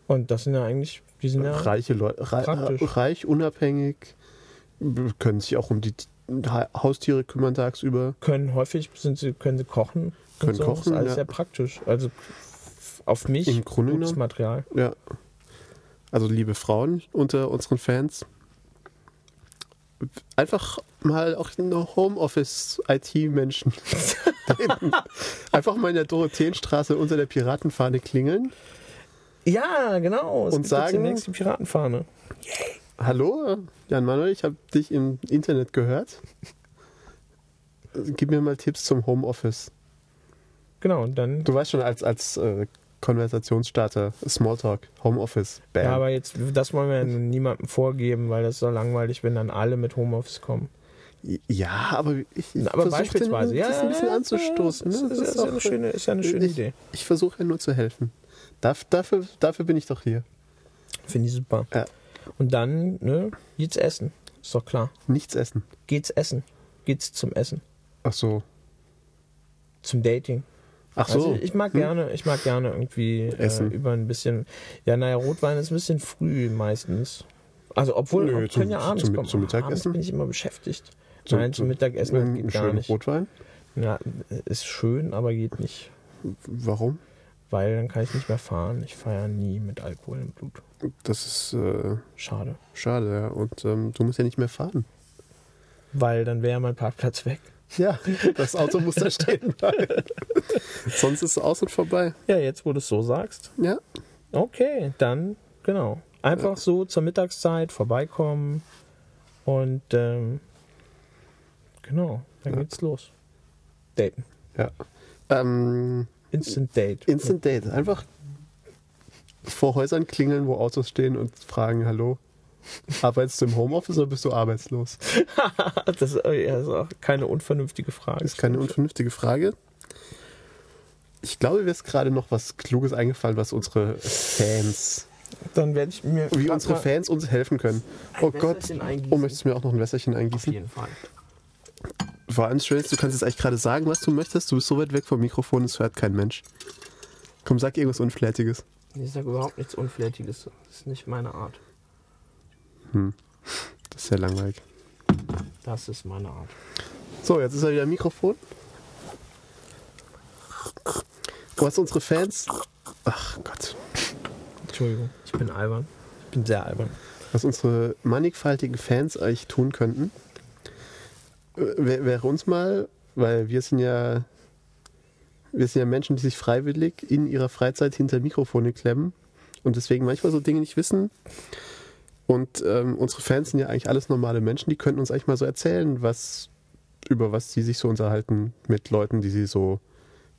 Speaker 1: Und das sind ja eigentlich, die sind ja,
Speaker 2: Reiche Leute, rei
Speaker 1: praktisch.
Speaker 2: reich, unabhängig, können sich auch um die Ha- Haustiere kümmern tagsüber.
Speaker 1: können häufig, sind sie, können sie kochen. und
Speaker 2: Können
Speaker 1: so. Das
Speaker 2: kochen,
Speaker 1: ist alles
Speaker 2: ja.
Speaker 1: sehr praktisch. Also f- auf mich
Speaker 2: Im Grunde
Speaker 1: gutes
Speaker 2: genommen.
Speaker 1: Material.
Speaker 2: Ja. Also liebe Frauen unter unseren Fans, einfach mal auch eine [LAUGHS] Homeoffice-IT-Menschen. nehmen. einfach mal in der Dorotheenstraße unter der Piratenfahne klingeln.
Speaker 1: Ja, genau. Es
Speaker 2: Und
Speaker 1: gibt jetzt
Speaker 2: sagen-
Speaker 1: demnächst die Piratenfahne.
Speaker 2: Hallo, Jan Manuel, ich habe dich im Internet gehört. Gib mir mal Tipps zum Homeoffice.
Speaker 1: Genau, und dann.
Speaker 2: Du weißt schon, als, als äh, Konversationsstarter, Smalltalk, Homeoffice, bam.
Speaker 1: Ja, aber jetzt, das wollen wir ja nun niemandem vorgeben, weil das ist doch langweilig, wenn dann alle mit Homeoffice kommen.
Speaker 2: Ja, aber ich, ich
Speaker 1: Na, aber
Speaker 2: versuch den-
Speaker 1: beispielsweise, ja.
Speaker 2: das ein bisschen
Speaker 1: ja,
Speaker 2: anzustoßen.
Speaker 1: Ist,
Speaker 2: ne?
Speaker 1: ist,
Speaker 2: Das
Speaker 1: ist, ja
Speaker 2: auch- äh,
Speaker 1: eine schöne, ist ja eine schöne
Speaker 2: ich,
Speaker 1: Idee.
Speaker 2: Ich versuche ja nur zu helfen. Darf, dafür, dafür bin ich doch hier.
Speaker 1: Finde ich super.
Speaker 2: Ja.
Speaker 1: Und dann, ne, geht's essen. Ist doch klar.
Speaker 2: Nichts essen.
Speaker 1: Geht's essen. Geht's zum Essen.
Speaker 2: Ach so.
Speaker 1: Zum Dating.
Speaker 2: Ach
Speaker 1: Also
Speaker 2: so.
Speaker 1: ich mag
Speaker 2: Hm.
Speaker 1: gerne, ich mag gerne irgendwie äh,
Speaker 2: Essen.
Speaker 1: über ein bisschen. Ja, naja, Rotwein ist ein bisschen früh meistens. Also obwohl,
Speaker 2: Nö,
Speaker 1: wir
Speaker 2: zum-
Speaker 1: können ja abends
Speaker 2: zum-
Speaker 1: kommen.
Speaker 2: zum
Speaker 1: Abends
Speaker 2: Mittagessen?
Speaker 1: bin ich immer beschäftigt.
Speaker 2: Zu-
Speaker 1: Nein, zum Mittagessen
Speaker 2: Einen
Speaker 1: geht gar
Speaker 2: schönen
Speaker 1: nicht.
Speaker 2: Rotwein.
Speaker 1: Ja, ist schön, aber geht nicht.
Speaker 2: Warum?
Speaker 1: Weil dann kann ich nicht mehr fahren. Ich fahre ja nie mit Alkohol im Blut.
Speaker 2: Das ist äh,
Speaker 1: Schade.
Speaker 2: schade. Ja. Und ähm, du musst ja nicht mehr fahren.
Speaker 1: Weil dann wäre mein Parkplatz weg.
Speaker 2: Ja, [LAUGHS] das Auto muss da stehen
Speaker 1: [LAUGHS]
Speaker 2: bleiben. Sonst ist es aus und vorbei.
Speaker 1: Ja, jetzt wo du es so sagst.
Speaker 2: Ja,
Speaker 1: Okay, dann genau. Einfach so zur Mittagszeit vorbeikommen und ähm, genau, dann
Speaker 2: Ja.
Speaker 1: geht's los. Daten.
Speaker 2: ja. Ähm,
Speaker 1: Instant Date.
Speaker 2: Instant Date. Einfach vor Häusern klingeln, wo Autos stehen und fragen, hallo, arbeitest du im Homeoffice oder bist du arbeitslos?
Speaker 1: [LAUGHS] das ist äh, ja, ist auch keine unvernünftige Frage.
Speaker 2: Das ist keine unvernünftige Frage. Ich glaube, mir ist gerade noch was Kluges eingefallen, was unsere Fans,
Speaker 1: Dann werde ich mir
Speaker 2: wie
Speaker 1: grad
Speaker 2: unsere
Speaker 1: mal
Speaker 2: Fans uns helfen können. Oh Gott.
Speaker 1: Wässerchen eingießen.
Speaker 2: Oh, möchtest du mir auch noch ein Wässerchen eingießen?
Speaker 1: Fall.
Speaker 2: Vor allem, Trace, du kannst jetzt eigentlich gerade sagen, was du möchtest. Du bist so weit weg vom Mikrofon, es hört kein Mensch. Komm, sag irgendwas Unflätiges.
Speaker 1: Ich sage überhaupt nichts Unflätiges. Das ist nicht meine Art.
Speaker 2: Das ist ja langweilig.
Speaker 1: Das ist meine Art.
Speaker 2: So, jetzt ist er wieder am Mikrofon. Was unsere Fans, ach Gott,
Speaker 1: Entschuldigung, ich bin albern. Ich bin sehr albern.
Speaker 2: was unsere mannigfaltigen Fans eigentlich tun könnten, äh, wär- wäre uns mal, weil wir sind ja, wir sind ja Menschen, die sich freiwillig in ihrer Freizeit hinter Mikrofone klemmen und deswegen manchmal so Dinge nicht wissen. Und ähm, unsere Fans sind ja eigentlich alles normale Menschen, die könnten uns eigentlich mal so erzählen, was über was sie sich so unterhalten mit Leuten, die sie so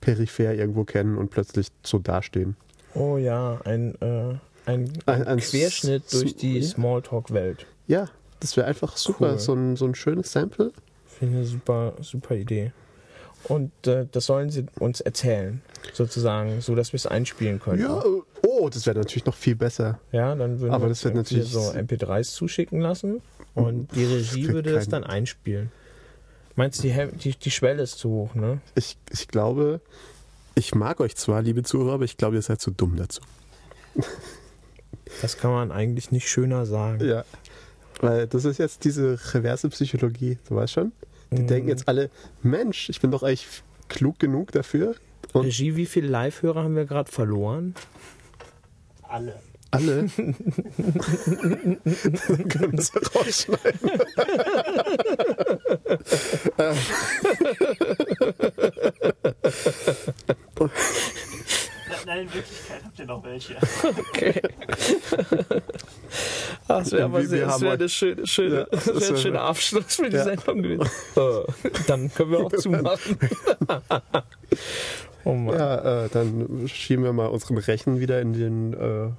Speaker 2: peripher irgendwo kennen und plötzlich so dastehen.
Speaker 1: Oh ja, ein, äh, ein,
Speaker 2: Ein-
Speaker 1: ein,
Speaker 2: ein
Speaker 1: Querschnitt
Speaker 2: Sm-
Speaker 1: durch die
Speaker 2: ja.
Speaker 1: Smalltalk-Welt.
Speaker 2: Ja, das wäre einfach super,
Speaker 1: Cool.
Speaker 2: so, ein, so ein schönes Sample.
Speaker 1: Finde ich eine super, super Idee. Und äh, das sollen sie uns erzählen, sozusagen, so dass wir es einspielen können.
Speaker 2: Ja, äh, oh, das wäre natürlich noch viel besser.
Speaker 1: Ja, dann würden
Speaker 2: Aber
Speaker 1: wir
Speaker 2: das
Speaker 1: uns
Speaker 2: wird
Speaker 1: irgendwie
Speaker 2: natürlich- Mm,
Speaker 1: so MP3s zuschicken lassen und die Regie
Speaker 2: kriegt
Speaker 1: würde das
Speaker 2: keinen-
Speaker 1: dann einspielen. Meinst du, die, Hel- die, die Schwelle ist zu hoch, ne?
Speaker 2: Ich, ich glaube, ich mag euch zwar, liebe Zuhörer, aber ich glaube, ihr seid zu dumm dazu.
Speaker 1: Das kann man eigentlich nicht schöner sagen.
Speaker 2: Ja. Weil das ist jetzt diese reverse Psychologie, du weißt schon. Die denken jetzt alle, Mensch, ich bin doch eigentlich klug genug dafür. Und
Speaker 1: Regie, wie viele Live-Hörer haben wir gerade verloren?
Speaker 3: Alle.
Speaker 2: [LAUGHS] alle Dann können sie rausschneiden. Ähm.
Speaker 3: Nein, in Wirklichkeit habt ihr noch welche.
Speaker 1: Okay. Ach, das wäre aber
Speaker 2: Wir- wir
Speaker 1: sehr, das
Speaker 2: haben
Speaker 1: wäre
Speaker 2: euch-
Speaker 1: eine schöne, schöne,
Speaker 2: Ja,
Speaker 1: das
Speaker 2: das
Speaker 1: wäre ein
Speaker 2: wär-
Speaker 1: schöner Abschluss für die
Speaker 2: Ja.
Speaker 1: Sendung gewesen. Äh, Dann können wir
Speaker 2: [LAUGHS]
Speaker 1: auch zumachen. [LAUGHS] oh Mann.
Speaker 2: Ja, äh, dann schieben wir mal unseren Rechen wieder in den äh,
Speaker 1: In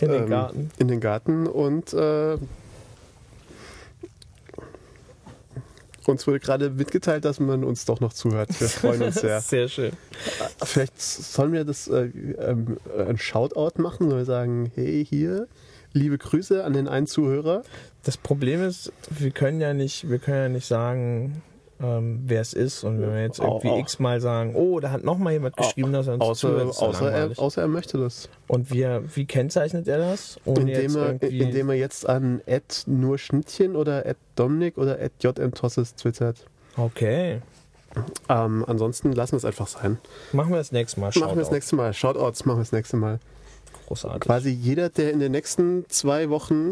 Speaker 1: den
Speaker 2: ähm,
Speaker 1: Garten.
Speaker 2: In den Garten und äh, uns wurde gerade mitgeteilt, dass man uns doch noch zuhört. Wir freuen uns
Speaker 1: [LAUGHS]
Speaker 2: sehr.
Speaker 1: Sehr schön.
Speaker 2: Vielleicht sollen wir das äh, ähm, äh, ein Shoutout machen, weil wir sagen, hey hier, Liebe Grüße an den einen Zuhörer.
Speaker 1: Das Problem ist, wir können ja nicht, wir können ja nicht sagen, ähm, wer es ist. Und wenn wir jetzt
Speaker 2: Au,
Speaker 1: irgendwie
Speaker 2: au.
Speaker 1: x-mal sagen, oh, da hat nochmal jemand geschrieben, dass er uns
Speaker 2: Außer,
Speaker 1: zuhört, ist ja
Speaker 2: außer,
Speaker 1: langweilig.
Speaker 2: er, außer er möchte das.
Speaker 1: Und wir, wie kennzeichnet er das? Ohne jetzt
Speaker 2: Indem er,
Speaker 1: irgendwie-
Speaker 2: indem er jetzt an Ed nur Schnittchen oder Ed Dominik oder Ed JM Tosses twittert.
Speaker 1: okay,
Speaker 2: Ähm, ansonsten lassen wir es einfach sein.
Speaker 1: machen wir das nächste Mal.
Speaker 2: Machen wir das
Speaker 1: Shoutout.
Speaker 2: nächste Mal. Shoutouts machen wir das nächste Mal.
Speaker 1: Großartig.
Speaker 2: Quasi jeder, der in den nächsten zwei Wochen,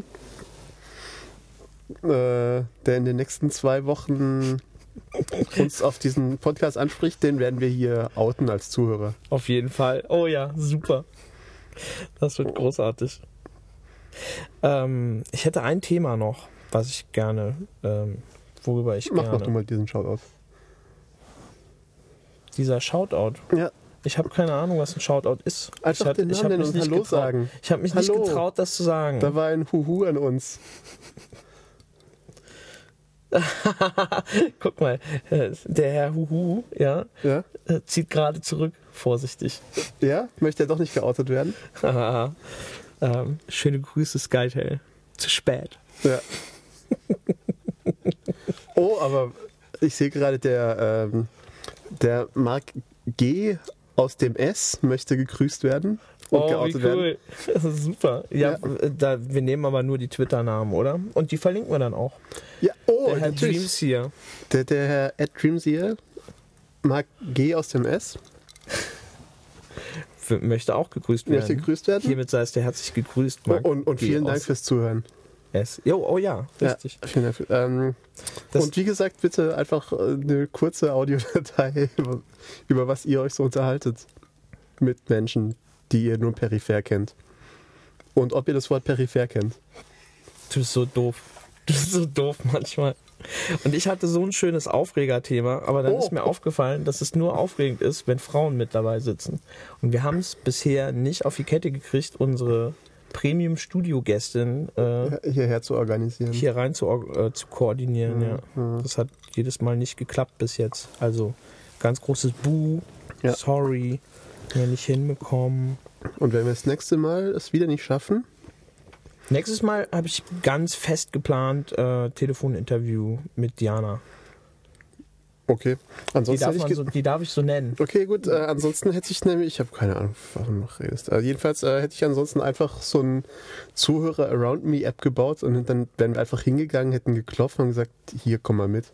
Speaker 2: äh, der in den nächsten zwei Wochen uns auf diesen Podcast anspricht, den werden wir hier outen als Zuhörer.
Speaker 1: Auf jeden Fall. Oh ja, super. Das wird großartig. Ähm, ich hätte ein Thema noch, was ich gerne, ähm, worüber ich
Speaker 2: Mach doch du
Speaker 1: gerne.
Speaker 2: mal diesen Shoutout.
Speaker 1: Dieser Shoutout.
Speaker 2: Ja,
Speaker 1: Ich habe keine Ahnung, was ein Shoutout ist.
Speaker 2: Einfach
Speaker 1: ich hab-
Speaker 2: den
Speaker 1: ich
Speaker 2: Namen
Speaker 1: hab
Speaker 2: nennen
Speaker 1: mich
Speaker 2: und
Speaker 1: nicht
Speaker 2: Hallo
Speaker 1: getraut.
Speaker 2: sagen.
Speaker 1: Ich habe mich
Speaker 2: Hallo.
Speaker 1: nicht getraut, das zu sagen.
Speaker 2: da war ein Huhu an uns.
Speaker 1: Guck mal, äh, der Herr Huhu, ja,
Speaker 2: Ja?
Speaker 1: äh, zieht gerade zurück, vorsichtig. [LAUGHS]
Speaker 2: Ja? Möchte er doch nicht geoutet werden?
Speaker 1: Haha. ähm, schöne Grüße, Skytel. Zu spät.
Speaker 2: Ja. [LAUGHS] oh, aber ich sehe gerade, der, ähm, der Mark G. aus dem S möchte gegrüßt werden und
Speaker 1: Oh, wie
Speaker 2: geoutet
Speaker 1: cool. [LAUGHS]
Speaker 2: werden.
Speaker 1: Das ist super. Ja,
Speaker 2: Ja.
Speaker 1: äh, Da, wir nehmen aber nur die Twitter-Namen, oder? Und die verlinken wir dann auch.
Speaker 2: Ja, oh,
Speaker 1: der Herr
Speaker 2: natürlich.
Speaker 1: Dreams hier.
Speaker 2: Der, der Herr Ed Dreams hier, Mark G. aus dem S,
Speaker 1: f- Möchte auch gegrüßt werden.
Speaker 2: möchte gegrüßt werden.
Speaker 1: Hiermit sei es der herzlich gegrüßt,
Speaker 2: Oh,
Speaker 1: Marc.
Speaker 2: und, und
Speaker 1: G.
Speaker 2: vielen Dank
Speaker 1: aus
Speaker 2: fürs Zuhören.
Speaker 1: S. Jo, oh ja, richtig.
Speaker 2: Ja, vielen Dank. für- Ähm,
Speaker 1: Das-
Speaker 2: und wie gesagt, bitte einfach äh, eine kurze Audiodatei, [LAUGHS] über, über was ihr euch so unterhaltet. Mit Menschen, die ihr nur peripher kennt. Und ob ihr das Wort peripher kennt.
Speaker 1: Du bist so doof. Du bist so doof manchmal. Und ich hatte so ein schönes Aufregerthema, aber dann
Speaker 2: Oh.
Speaker 1: ist mir aufgefallen, dass es nur aufregend ist, wenn Frauen mit dabei sitzen. Und wir haben es bisher nicht auf die Kette gekriegt, unsere Premium-Studio-Gästin äh,
Speaker 2: Hierher zu organisieren.
Speaker 1: hier rein zu, org- äh, zu koordinieren.
Speaker 2: Mhm.
Speaker 1: Ja. Das hat jedes Mal nicht geklappt bis jetzt. Also ganz großes Buh,
Speaker 2: Ja.
Speaker 1: sorry, haben wir nicht hinbekommen.
Speaker 2: Und wenn wir das nächste Mal es wieder nicht schaffen,
Speaker 1: Nächstes Mal habe ich ganz fest geplant äh, Telefoninterview mit Diana.
Speaker 2: okay.
Speaker 1: Die
Speaker 2: Ansonsten
Speaker 1: darf,
Speaker 2: hätte ich
Speaker 1: man
Speaker 2: ge-
Speaker 1: so, die darf ich so nennen.
Speaker 2: Okay, gut. Äh, ansonsten hätte ich nämlich, ich habe keine Ahnung, warum du noch redest. Äh, jedenfalls äh, hätte ich ansonsten einfach so ein Zuhörer Around Me App gebaut und dann wären wir einfach hingegangen, hätten geklopft und gesagt, hier komm mal mit.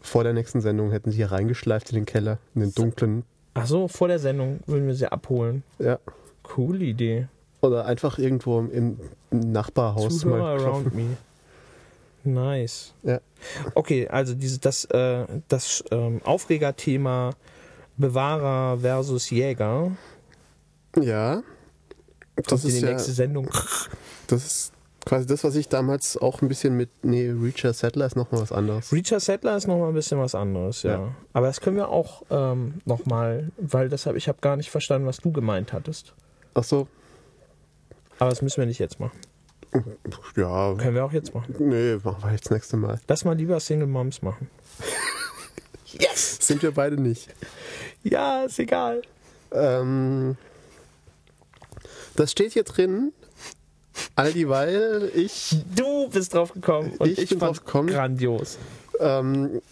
Speaker 2: Vor der nächsten Sendung hätten sie hier reingeschleift in den Keller, in den dunklen.
Speaker 1: Ach so, vor der Sendung würden wir sie abholen.
Speaker 2: Ja.
Speaker 1: Coole Idee.
Speaker 2: Oder einfach irgendwo im, im Nachbarhaus
Speaker 1: Zuhörer
Speaker 2: mal klopfen.
Speaker 1: around me. Nice.
Speaker 2: Ja.
Speaker 1: Okay, also diese, das, äh, das ähm, Aufregerthema Bewahrer versus Jäger
Speaker 2: Ja.
Speaker 1: kommt
Speaker 2: Das
Speaker 1: in die
Speaker 2: ist, ja,
Speaker 1: nächste Sendung.
Speaker 2: das ist quasi das, was ich damals auch ein bisschen mit. Nee, Reacher Settler ist nochmal was anderes.
Speaker 1: Reacher Settler ist nochmal ein bisschen was anderes, ja.
Speaker 2: Ja.
Speaker 1: Aber das können wir auch ähm, nochmal, weil das hab, ich habe gar nicht verstanden, was du gemeint hattest.
Speaker 2: Ach so.
Speaker 1: Aber das müssen wir nicht jetzt machen.
Speaker 2: Ja.
Speaker 1: Können wir auch jetzt machen.
Speaker 2: Nee, machen wir jetzt das nächste Mal.
Speaker 1: Lass mal lieber Single Moms machen.
Speaker 2: [LAUGHS] Yes! Sind wir beide nicht.
Speaker 1: Ja, ist egal.
Speaker 2: Ähm, das steht hier drin, all dieweil ich
Speaker 1: Du bist drauf gekommen und ich,
Speaker 2: Ich bin
Speaker 1: fand's
Speaker 2: drauf gekommen.
Speaker 1: grandios.
Speaker 2: ähm,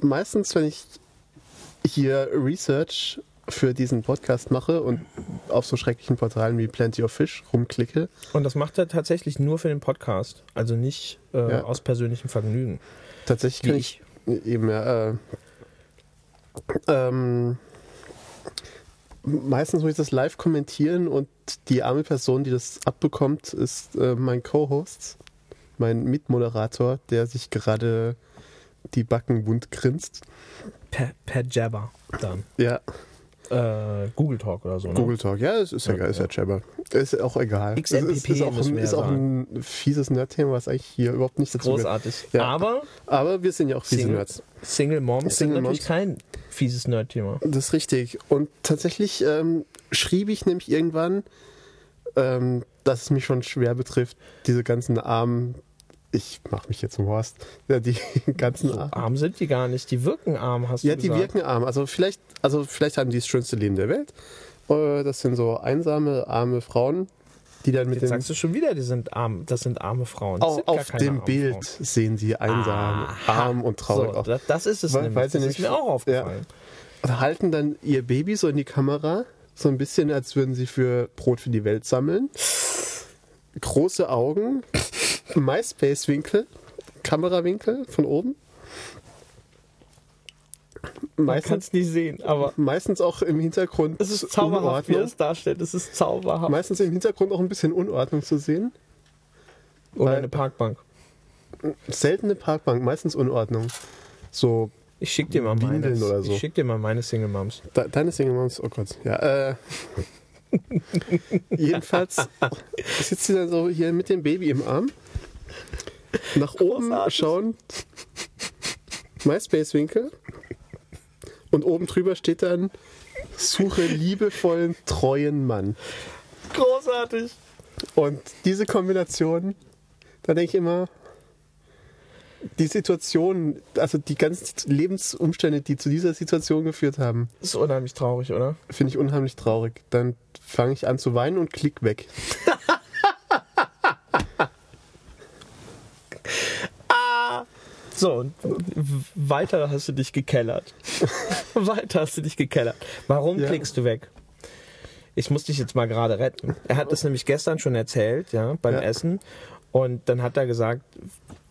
Speaker 2: meistens, wenn ich hier Research für diesen Podcast mache und auf so schrecklichen Portalen wie Plenty of Fish rumklicke,
Speaker 1: Und das macht er tatsächlich nur für den Podcast, also nicht äh,
Speaker 2: Ja.
Speaker 1: aus persönlichem Vergnügen.
Speaker 2: tatsächlich kann ich, eben ja, äh, ähm, meistens muss ich das live kommentieren und die arme Person, die das abbekommt, ist äh, mein Co-Host, mein Mitmoderator, der sich gerade die Backen wund grinst.
Speaker 1: Per, per Jabber dann.
Speaker 2: Ja,
Speaker 1: Äh, Google Talk oder so. Ne?
Speaker 2: Google Talk, ja, es ist ja geil, ist ja Jabber. Ist auch egal. Es Ist,
Speaker 1: XMPP
Speaker 2: ist auch,
Speaker 1: müssen
Speaker 2: ein,
Speaker 1: wir ja
Speaker 2: ist auch ein fieses Nerd-Thema, was eigentlich hier überhaupt nicht dazu gehört.
Speaker 1: Großartig.
Speaker 2: Ja.
Speaker 1: Aber
Speaker 2: Aber wir sind ja auch fiese
Speaker 1: Single-
Speaker 2: Nerds.
Speaker 1: Single Moms
Speaker 2: Single
Speaker 1: sind natürlich
Speaker 2: Moms.
Speaker 1: kein fieses Nerd-Thema.
Speaker 2: Das ist richtig. Und tatsächlich ähm, schrieb ich nämlich irgendwann, ähm, dass es mich schon schwer betrifft, diese ganzen armen, ich mache mich jetzt zum Horst, ja, die [LAUGHS] ganzen armen.
Speaker 1: Arm sind die gar nicht, die wirken arm, hast
Speaker 2: Ja,
Speaker 1: du
Speaker 2: die
Speaker 1: gesagt.
Speaker 2: wirken arm. Also vielleicht, also vielleicht haben die das schönste Leben der Welt. Äh, Das sind so einsame, arme Frauen, die dann mit
Speaker 1: Jetzt
Speaker 2: dem.
Speaker 1: sagst du schon wieder, die sind arm, das sind arme Frauen. Das
Speaker 2: Au,
Speaker 1: sind gar
Speaker 2: auf
Speaker 1: keine
Speaker 2: dem
Speaker 1: armen
Speaker 2: Bild
Speaker 1: Frauen.
Speaker 2: sehen sie einsam,
Speaker 1: Aha.
Speaker 2: arm und traurig
Speaker 1: So,
Speaker 2: aus.
Speaker 1: das, das ist es
Speaker 2: Weil-
Speaker 1: nämlich.
Speaker 2: weil sie
Speaker 1: das ist
Speaker 2: nämlich-
Speaker 1: mir auch aufgefallen.
Speaker 2: Und halten dann ihr Baby so in die Kamera, so ein bisschen, als würden sie für Brot für die Welt sammeln. Große Augen, [LAUGHS] MySpace-Winkel, Kamerawinkel von oben.
Speaker 1: Man kann
Speaker 2: Meistens,
Speaker 1: es nicht sehen, aber
Speaker 2: meistens auch im Hintergrund
Speaker 1: es ist zauberhaft, wie er
Speaker 2: Unordnung.
Speaker 1: es darstellt. Es ist zauberhaft.
Speaker 2: Meistens im Hintergrund auch ein bisschen Unordnung zu sehen.
Speaker 1: Oder
Speaker 2: weil-
Speaker 1: eine Parkbank.
Speaker 2: Seltene Parkbank, meistens Unordnung. So,
Speaker 1: Ich schick dir mal
Speaker 2: Windeln
Speaker 1: meine.
Speaker 2: oder so.
Speaker 1: Ich schick dir mal meine Single Moms.
Speaker 2: de deine Single Moms, oh Gott, ja. Äh, jedenfalls sitzt sie dann so hier mit dem Baby im Arm. Nach oben
Speaker 1: Großartig.
Speaker 2: schauen. MySpace-Winkel. Und oben drüber steht dann, suche liebevollen, treuen Mann.
Speaker 1: Großartig.
Speaker 2: Und diese Kombination, da denke ich immer, die Situation, also die ganzen Lebensumstände, die zu dieser Situation geführt haben,
Speaker 1: Ist unheimlich traurig, oder?
Speaker 2: finde ich unheimlich traurig. Dann fange ich an zu weinen und klick weg.
Speaker 1: So, und w- weiter hast du dich gekellert. [LAUGHS] weiter hast du dich gekellert. Warum
Speaker 2: Ja.
Speaker 1: klickst du weg? Ich muss dich jetzt mal gerade retten. Er hat das nämlich gestern schon erzählt, ja, beim
Speaker 2: Ja.
Speaker 1: Essen. Und dann hat er gesagt,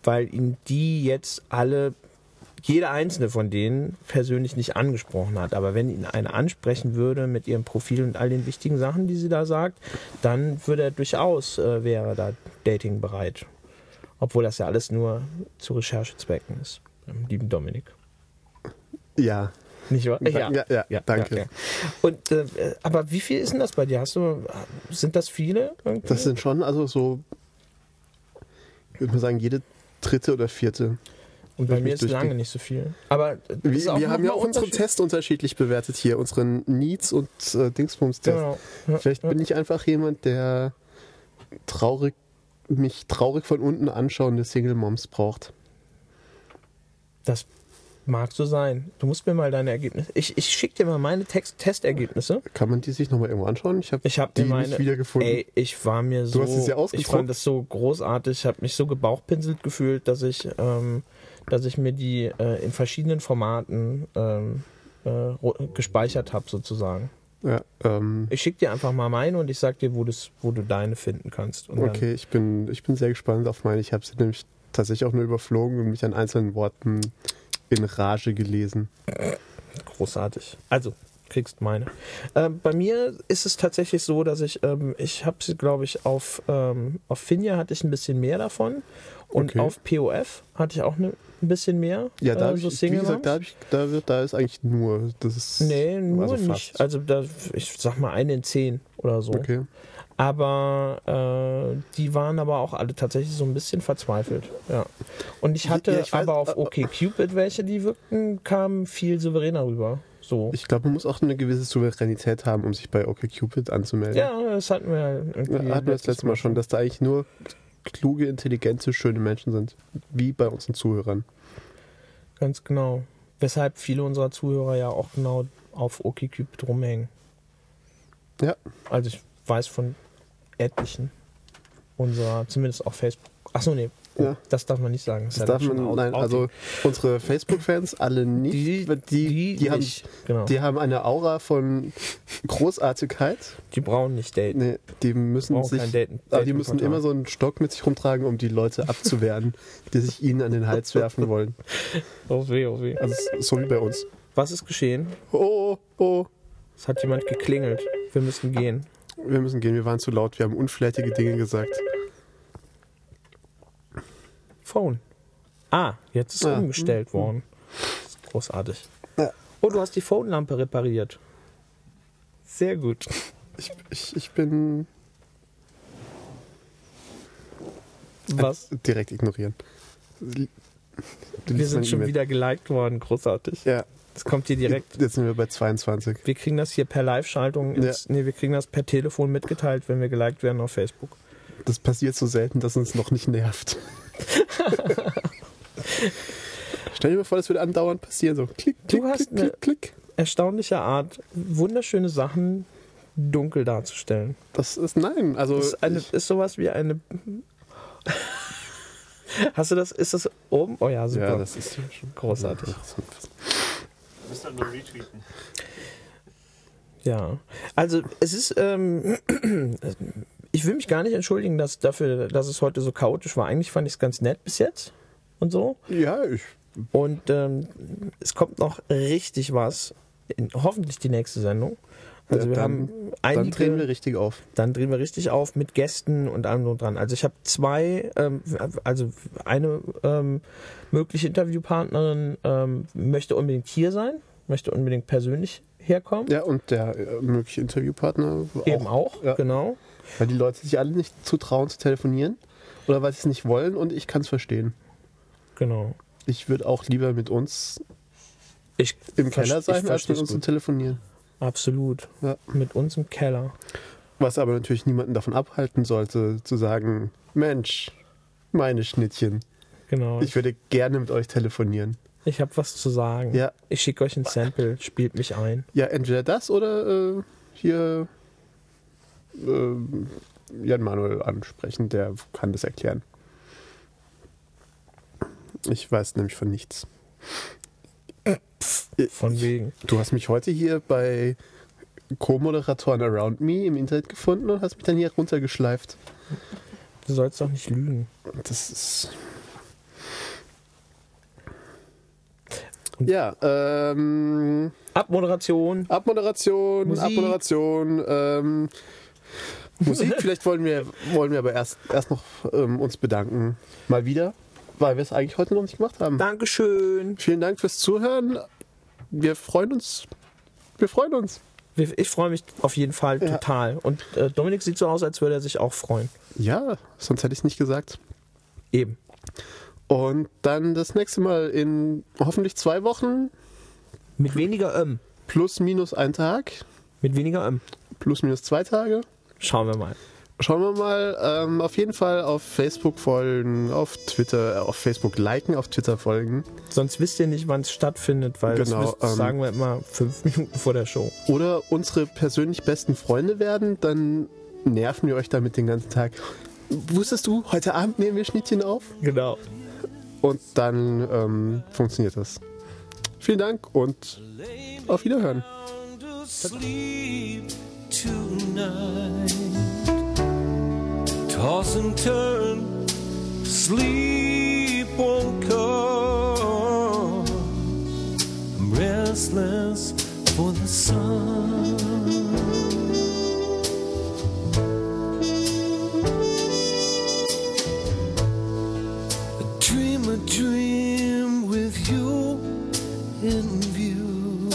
Speaker 1: weil ihn die jetzt alle, jede einzelne von denen persönlich nicht angesprochen hat. Aber wenn ihn eine ansprechen würde mit ihrem Profil und all den wichtigen Sachen, die sie da sagt, dann würde er durchaus, äh, wäre da Dating bereit. Obwohl das ja alles nur zu Recherchezwecken ist. Ähm, Lieben Dominik.
Speaker 2: Ja.
Speaker 1: Nicht wahr?
Speaker 2: Ja, ja, danke.
Speaker 1: Und, äh, aber wie viel ist denn das bei dir? Hast du, sind das viele? irgendwie?
Speaker 2: Das sind schon, also so, würde man sagen, jede dritte oder vierte.
Speaker 1: Und bei
Speaker 2: ich
Speaker 1: mir
Speaker 2: mich
Speaker 1: ist
Speaker 2: durch-
Speaker 1: lange nicht so viel. Aber äh, das
Speaker 2: Wir,
Speaker 1: ist auch
Speaker 2: wir haben ja
Speaker 1: nochmal
Speaker 2: auch unsere
Speaker 1: Unterschied.
Speaker 2: Tests unterschiedlich bewertet hier, unseren Needs- und äh, Dingsbums-Test.
Speaker 1: Genau. Ja,
Speaker 2: Vielleicht
Speaker 1: ja.
Speaker 2: bin ich einfach jemand, der traurig, mich traurig von unten anschauende Single Moms braucht.
Speaker 1: Das mag so sein. Du musst mir mal deine Ergebnisse. Ich, ich schicke dir mal meine Text Testergebnisse.
Speaker 2: Kann man die sich nochmal irgendwo anschauen? Ich habe
Speaker 1: Ich habe
Speaker 2: die
Speaker 1: dir meine.
Speaker 2: nicht wiedergefunden.
Speaker 1: Ey, ich war mir so.
Speaker 2: hast es ja ausgedruckt.
Speaker 1: Ich fand das so großartig. Ich habe mich so gebauchpinselt gefühlt, dass ich, ähm, dass ich mir die äh, in verschiedenen Formaten ähm, äh, ro- gespeichert habe, sozusagen.
Speaker 2: Ja, ähm,
Speaker 1: Ich schicke dir einfach mal meine und ich sag dir, wo, das, wo du deine finden kannst. Und
Speaker 2: okay, ich bin, ich bin sehr gespannt auf meine. Ich habe sie nämlich tatsächlich auch nur überflogen und mich an einzelnen Worten in Rage gelesen.
Speaker 1: Dann großartig. Also, kriegst meine. Ähm, bei mir ist es tatsächlich so, dass ich, ähm, ich habe sie, glaube ich, auf, ähm, auf Finja hatte ich ein bisschen mehr davon und
Speaker 2: Okay.
Speaker 1: auf POF hatte ich auch ne, ein bisschen mehr.
Speaker 2: Ja, da
Speaker 1: äh,
Speaker 2: hab ich, wie
Speaker 1: Moms.
Speaker 2: gesagt, da, hab ich, da, wird- da ist eigentlich nur, das ist
Speaker 1: Nee, nur
Speaker 2: also
Speaker 1: nicht.
Speaker 2: fast.
Speaker 1: Also da, ich sag mal eine in zehn oder so.
Speaker 2: Okay.
Speaker 1: Aber äh, die waren aber auch alle tatsächlich so ein bisschen verzweifelt. Ja. Und ich hatte
Speaker 2: Ja, ich weiß,
Speaker 1: aber auf
Speaker 2: äh,
Speaker 1: OKCupid welche, die wirkten, kamen viel souveräner rüber. So.
Speaker 2: Ich glaube, man muss auch eine gewisse Souveränität haben, um sich bei OkCupid anzumelden.
Speaker 1: ja, das hatten wir ja
Speaker 2: Ja,
Speaker 1: irgendwie
Speaker 2: hatten wir das letzte Mal schon, dass da eigentlich nur kluge, intelligente, schöne Menschen sind. Wie bei unseren Zuhörern.
Speaker 1: Ganz genau. Weshalb viele unserer Zuhörer ja auch genau auf OKCupid rumhängen.
Speaker 2: Ja,
Speaker 1: Also ich weiß von etlichen unserer, zumindest auf Facebook. Achso, nee.
Speaker 2: Ja.
Speaker 1: Das darf man nicht sagen.
Speaker 2: das darf man. Nein, also unsere Facebook-Fans alle nicht.
Speaker 1: Die-
Speaker 2: weil
Speaker 1: die
Speaker 2: haben,
Speaker 1: nicht, genau.
Speaker 2: die haben eine Aura von Großartigkeit.
Speaker 1: Die brauchen nicht daten.
Speaker 2: Nee, die müssen
Speaker 1: Brauchen
Speaker 2: sich.
Speaker 1: kein Daten-
Speaker 2: aber die müssen
Speaker 1: Dating-Portal.
Speaker 2: immer so einen Stock mit sich rumtragen, um die Leute abzuwehren, die sich ihnen an den Hals werfen wollen.
Speaker 1: Oh weh, oh weh.
Speaker 2: Also so wie bei uns.
Speaker 1: Was ist geschehen?
Speaker 2: Oh, oh, oh.
Speaker 1: Es hat jemand geklingelt. Wir müssen gehen.
Speaker 2: Wir müssen gehen, wir waren zu laut, wir haben unflätige Dinge gesagt.
Speaker 1: Phone. Ah, jetzt ist
Speaker 2: Ah.
Speaker 1: umgestellt worden. Das ist großartig.
Speaker 2: Ja.
Speaker 1: Oh, du hast die Phone-Lampe repariert. Sehr gut.
Speaker 2: Ich, ich, ich bin
Speaker 1: Was?
Speaker 2: Direkt ignorieren. Du
Speaker 1: Wir
Speaker 2: liest
Speaker 1: sind
Speaker 2: meine
Speaker 1: schon
Speaker 2: E-Mail.
Speaker 1: wieder geliked worden. Großartig.
Speaker 2: Ja,
Speaker 1: Das kommt
Speaker 2: [LAUGHS]
Speaker 1: hier direkt.
Speaker 2: jetzt sind wir bei 22.
Speaker 1: Wir kriegen das hier per Live-Schaltung. ins- Nee, wir kriegen das per Telefon mitgeteilt, wenn wir geliked werden auf Facebook.
Speaker 2: Das passiert so selten, dass uns noch nicht
Speaker 1: [LAUGHS]
Speaker 2: nervt. Stell dir mal vor, das würde andauernd passieren. So klick, klick,
Speaker 1: hast
Speaker 2: klick, klick, klick.
Speaker 1: erstaunlicher Art wunderschöne Sachen dunkel darzustellen.
Speaker 2: Das ist nein. Also
Speaker 1: Das ist, eine,
Speaker 2: ich,
Speaker 1: ist sowas wie eine. [LAUGHS] Hast du das? Ist das oben? Oh ja, super.
Speaker 2: ja, das ist ja schon
Speaker 1: Großartig.
Speaker 3: Du musst dann nur retweeten.
Speaker 1: Ja, also es ist, ähm, [CLEARS THROAT] ich will mich gar nicht entschuldigen, dass dafür, dass es heute so chaotisch war. Eigentlich fand ich es ganz nett bis jetzt und so.
Speaker 2: Ja, ich.
Speaker 1: Und ähm, es kommt noch richtig was. In, hoffentlich die nächste Sendung. Also
Speaker 2: Ja,
Speaker 1: wir
Speaker 2: dann-
Speaker 1: haben einige,
Speaker 2: Dann drehen wir richtig auf.
Speaker 1: dann drehen wir richtig auf mit Gästen und allem drum und dran. Also ich habe zwei, ähm, also eine ähm, mögliche Interviewpartnerin ähm, möchte unbedingt hier sein, möchte unbedingt persönlich herkommen.
Speaker 2: Ja, und der äh, mögliche Interviewpartner auch.
Speaker 1: Eben auch,
Speaker 2: Ja.
Speaker 1: genau.
Speaker 2: Weil die Leute sich alle nicht zutrauen zu telefonieren oder weil sie es nicht wollen und ich kann es verstehen.
Speaker 1: Genau.
Speaker 2: Ich würde auch lieber mit uns
Speaker 1: Ich
Speaker 2: im
Speaker 1: verste-
Speaker 2: Keller
Speaker 1: ich
Speaker 2: sein, als
Speaker 1: versteh's
Speaker 2: mit uns zu
Speaker 1: gut.
Speaker 2: telefonieren.
Speaker 1: Absolut.
Speaker 2: Ja.
Speaker 1: Mit uns im Keller.
Speaker 2: Was aber natürlich niemanden davon abhalten sollte, zu sagen, Mensch, meine Schnittchen,
Speaker 1: Genau.
Speaker 2: ich
Speaker 1: Ich,
Speaker 2: würde gerne mit euch telefonieren.
Speaker 1: ich habe was zu sagen.
Speaker 2: Ja.
Speaker 1: Ich schicke euch ein Sample, spielt mich ein.
Speaker 2: Ja, entweder das oder äh, hier äh, Jan Manuel ansprechen, der kann das erklären. Ich weiß nämlich von nichts.
Speaker 1: Von wegen.
Speaker 2: Du hast mich heute hier bei Co-Moderatoren Around Me im Internet gefunden und hast mich dann hier runtergeschleift.
Speaker 1: Du sollst doch nicht lügen.
Speaker 2: Das ist. Ja, ähm,
Speaker 1: Abmoderation.
Speaker 2: Abmoderation,
Speaker 1: Musik.
Speaker 2: Abmoderation, ähm, Musik. Vielleicht wollen wir, wollen wir aber erst, erst noch ähm, uns bedanken. Mal wieder, weil wir es eigentlich heute noch nicht gemacht haben.
Speaker 1: Dankeschön.
Speaker 2: Vielen Dank fürs Zuhören. Wir freuen uns. Wir freuen uns.
Speaker 1: Wir- Ich freue mich auf jeden Fall
Speaker 2: Ja.
Speaker 1: total. Und äh, Dominik sieht so aus, als würde er sich auch freuen.
Speaker 2: Ja, sonst hätte ich es nicht gesagt.
Speaker 1: Eben.
Speaker 2: Und dann das nächste Mal in hoffentlich zwei Wochen, Hm.
Speaker 1: Mit weniger Ähm.
Speaker 2: plus minus ein Tag,
Speaker 1: Mit weniger Ähm.
Speaker 2: plus minus zwei Tage.
Speaker 1: Schauen wir mal.
Speaker 2: Schauen wir mal. Ähm, auf jeden Fall auf Facebook folgen, auf Twitter, äh, auf Facebook liken, auf Twitter folgen.
Speaker 1: Sonst wisst ihr nicht, wann es stattfindet, weil
Speaker 2: Genau,
Speaker 1: das, wisst, das
Speaker 2: ähm,
Speaker 1: sagen wir immer fünf [LAUGHS] Minuten vor der Show.
Speaker 2: Oder unsere persönlich besten Freunde werden, dann nerven wir euch damit den ganzen Tag. Wusstest du, heute Abend nehmen wir Schnittchen auf?
Speaker 1: Genau.
Speaker 2: Und dann ähm, funktioniert das. Vielen Dank und auf Wiederhören.
Speaker 4: sound asleep tonight. Toss and turn, sleep won't come. I'm restless for the sun. Dream a dream with you in view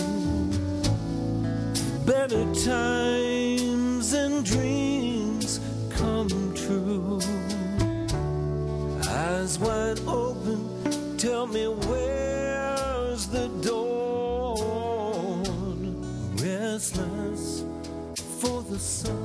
Speaker 4: better times and dreams come true. Eyes wide open, tell me where's the dawn? Restless for the sun.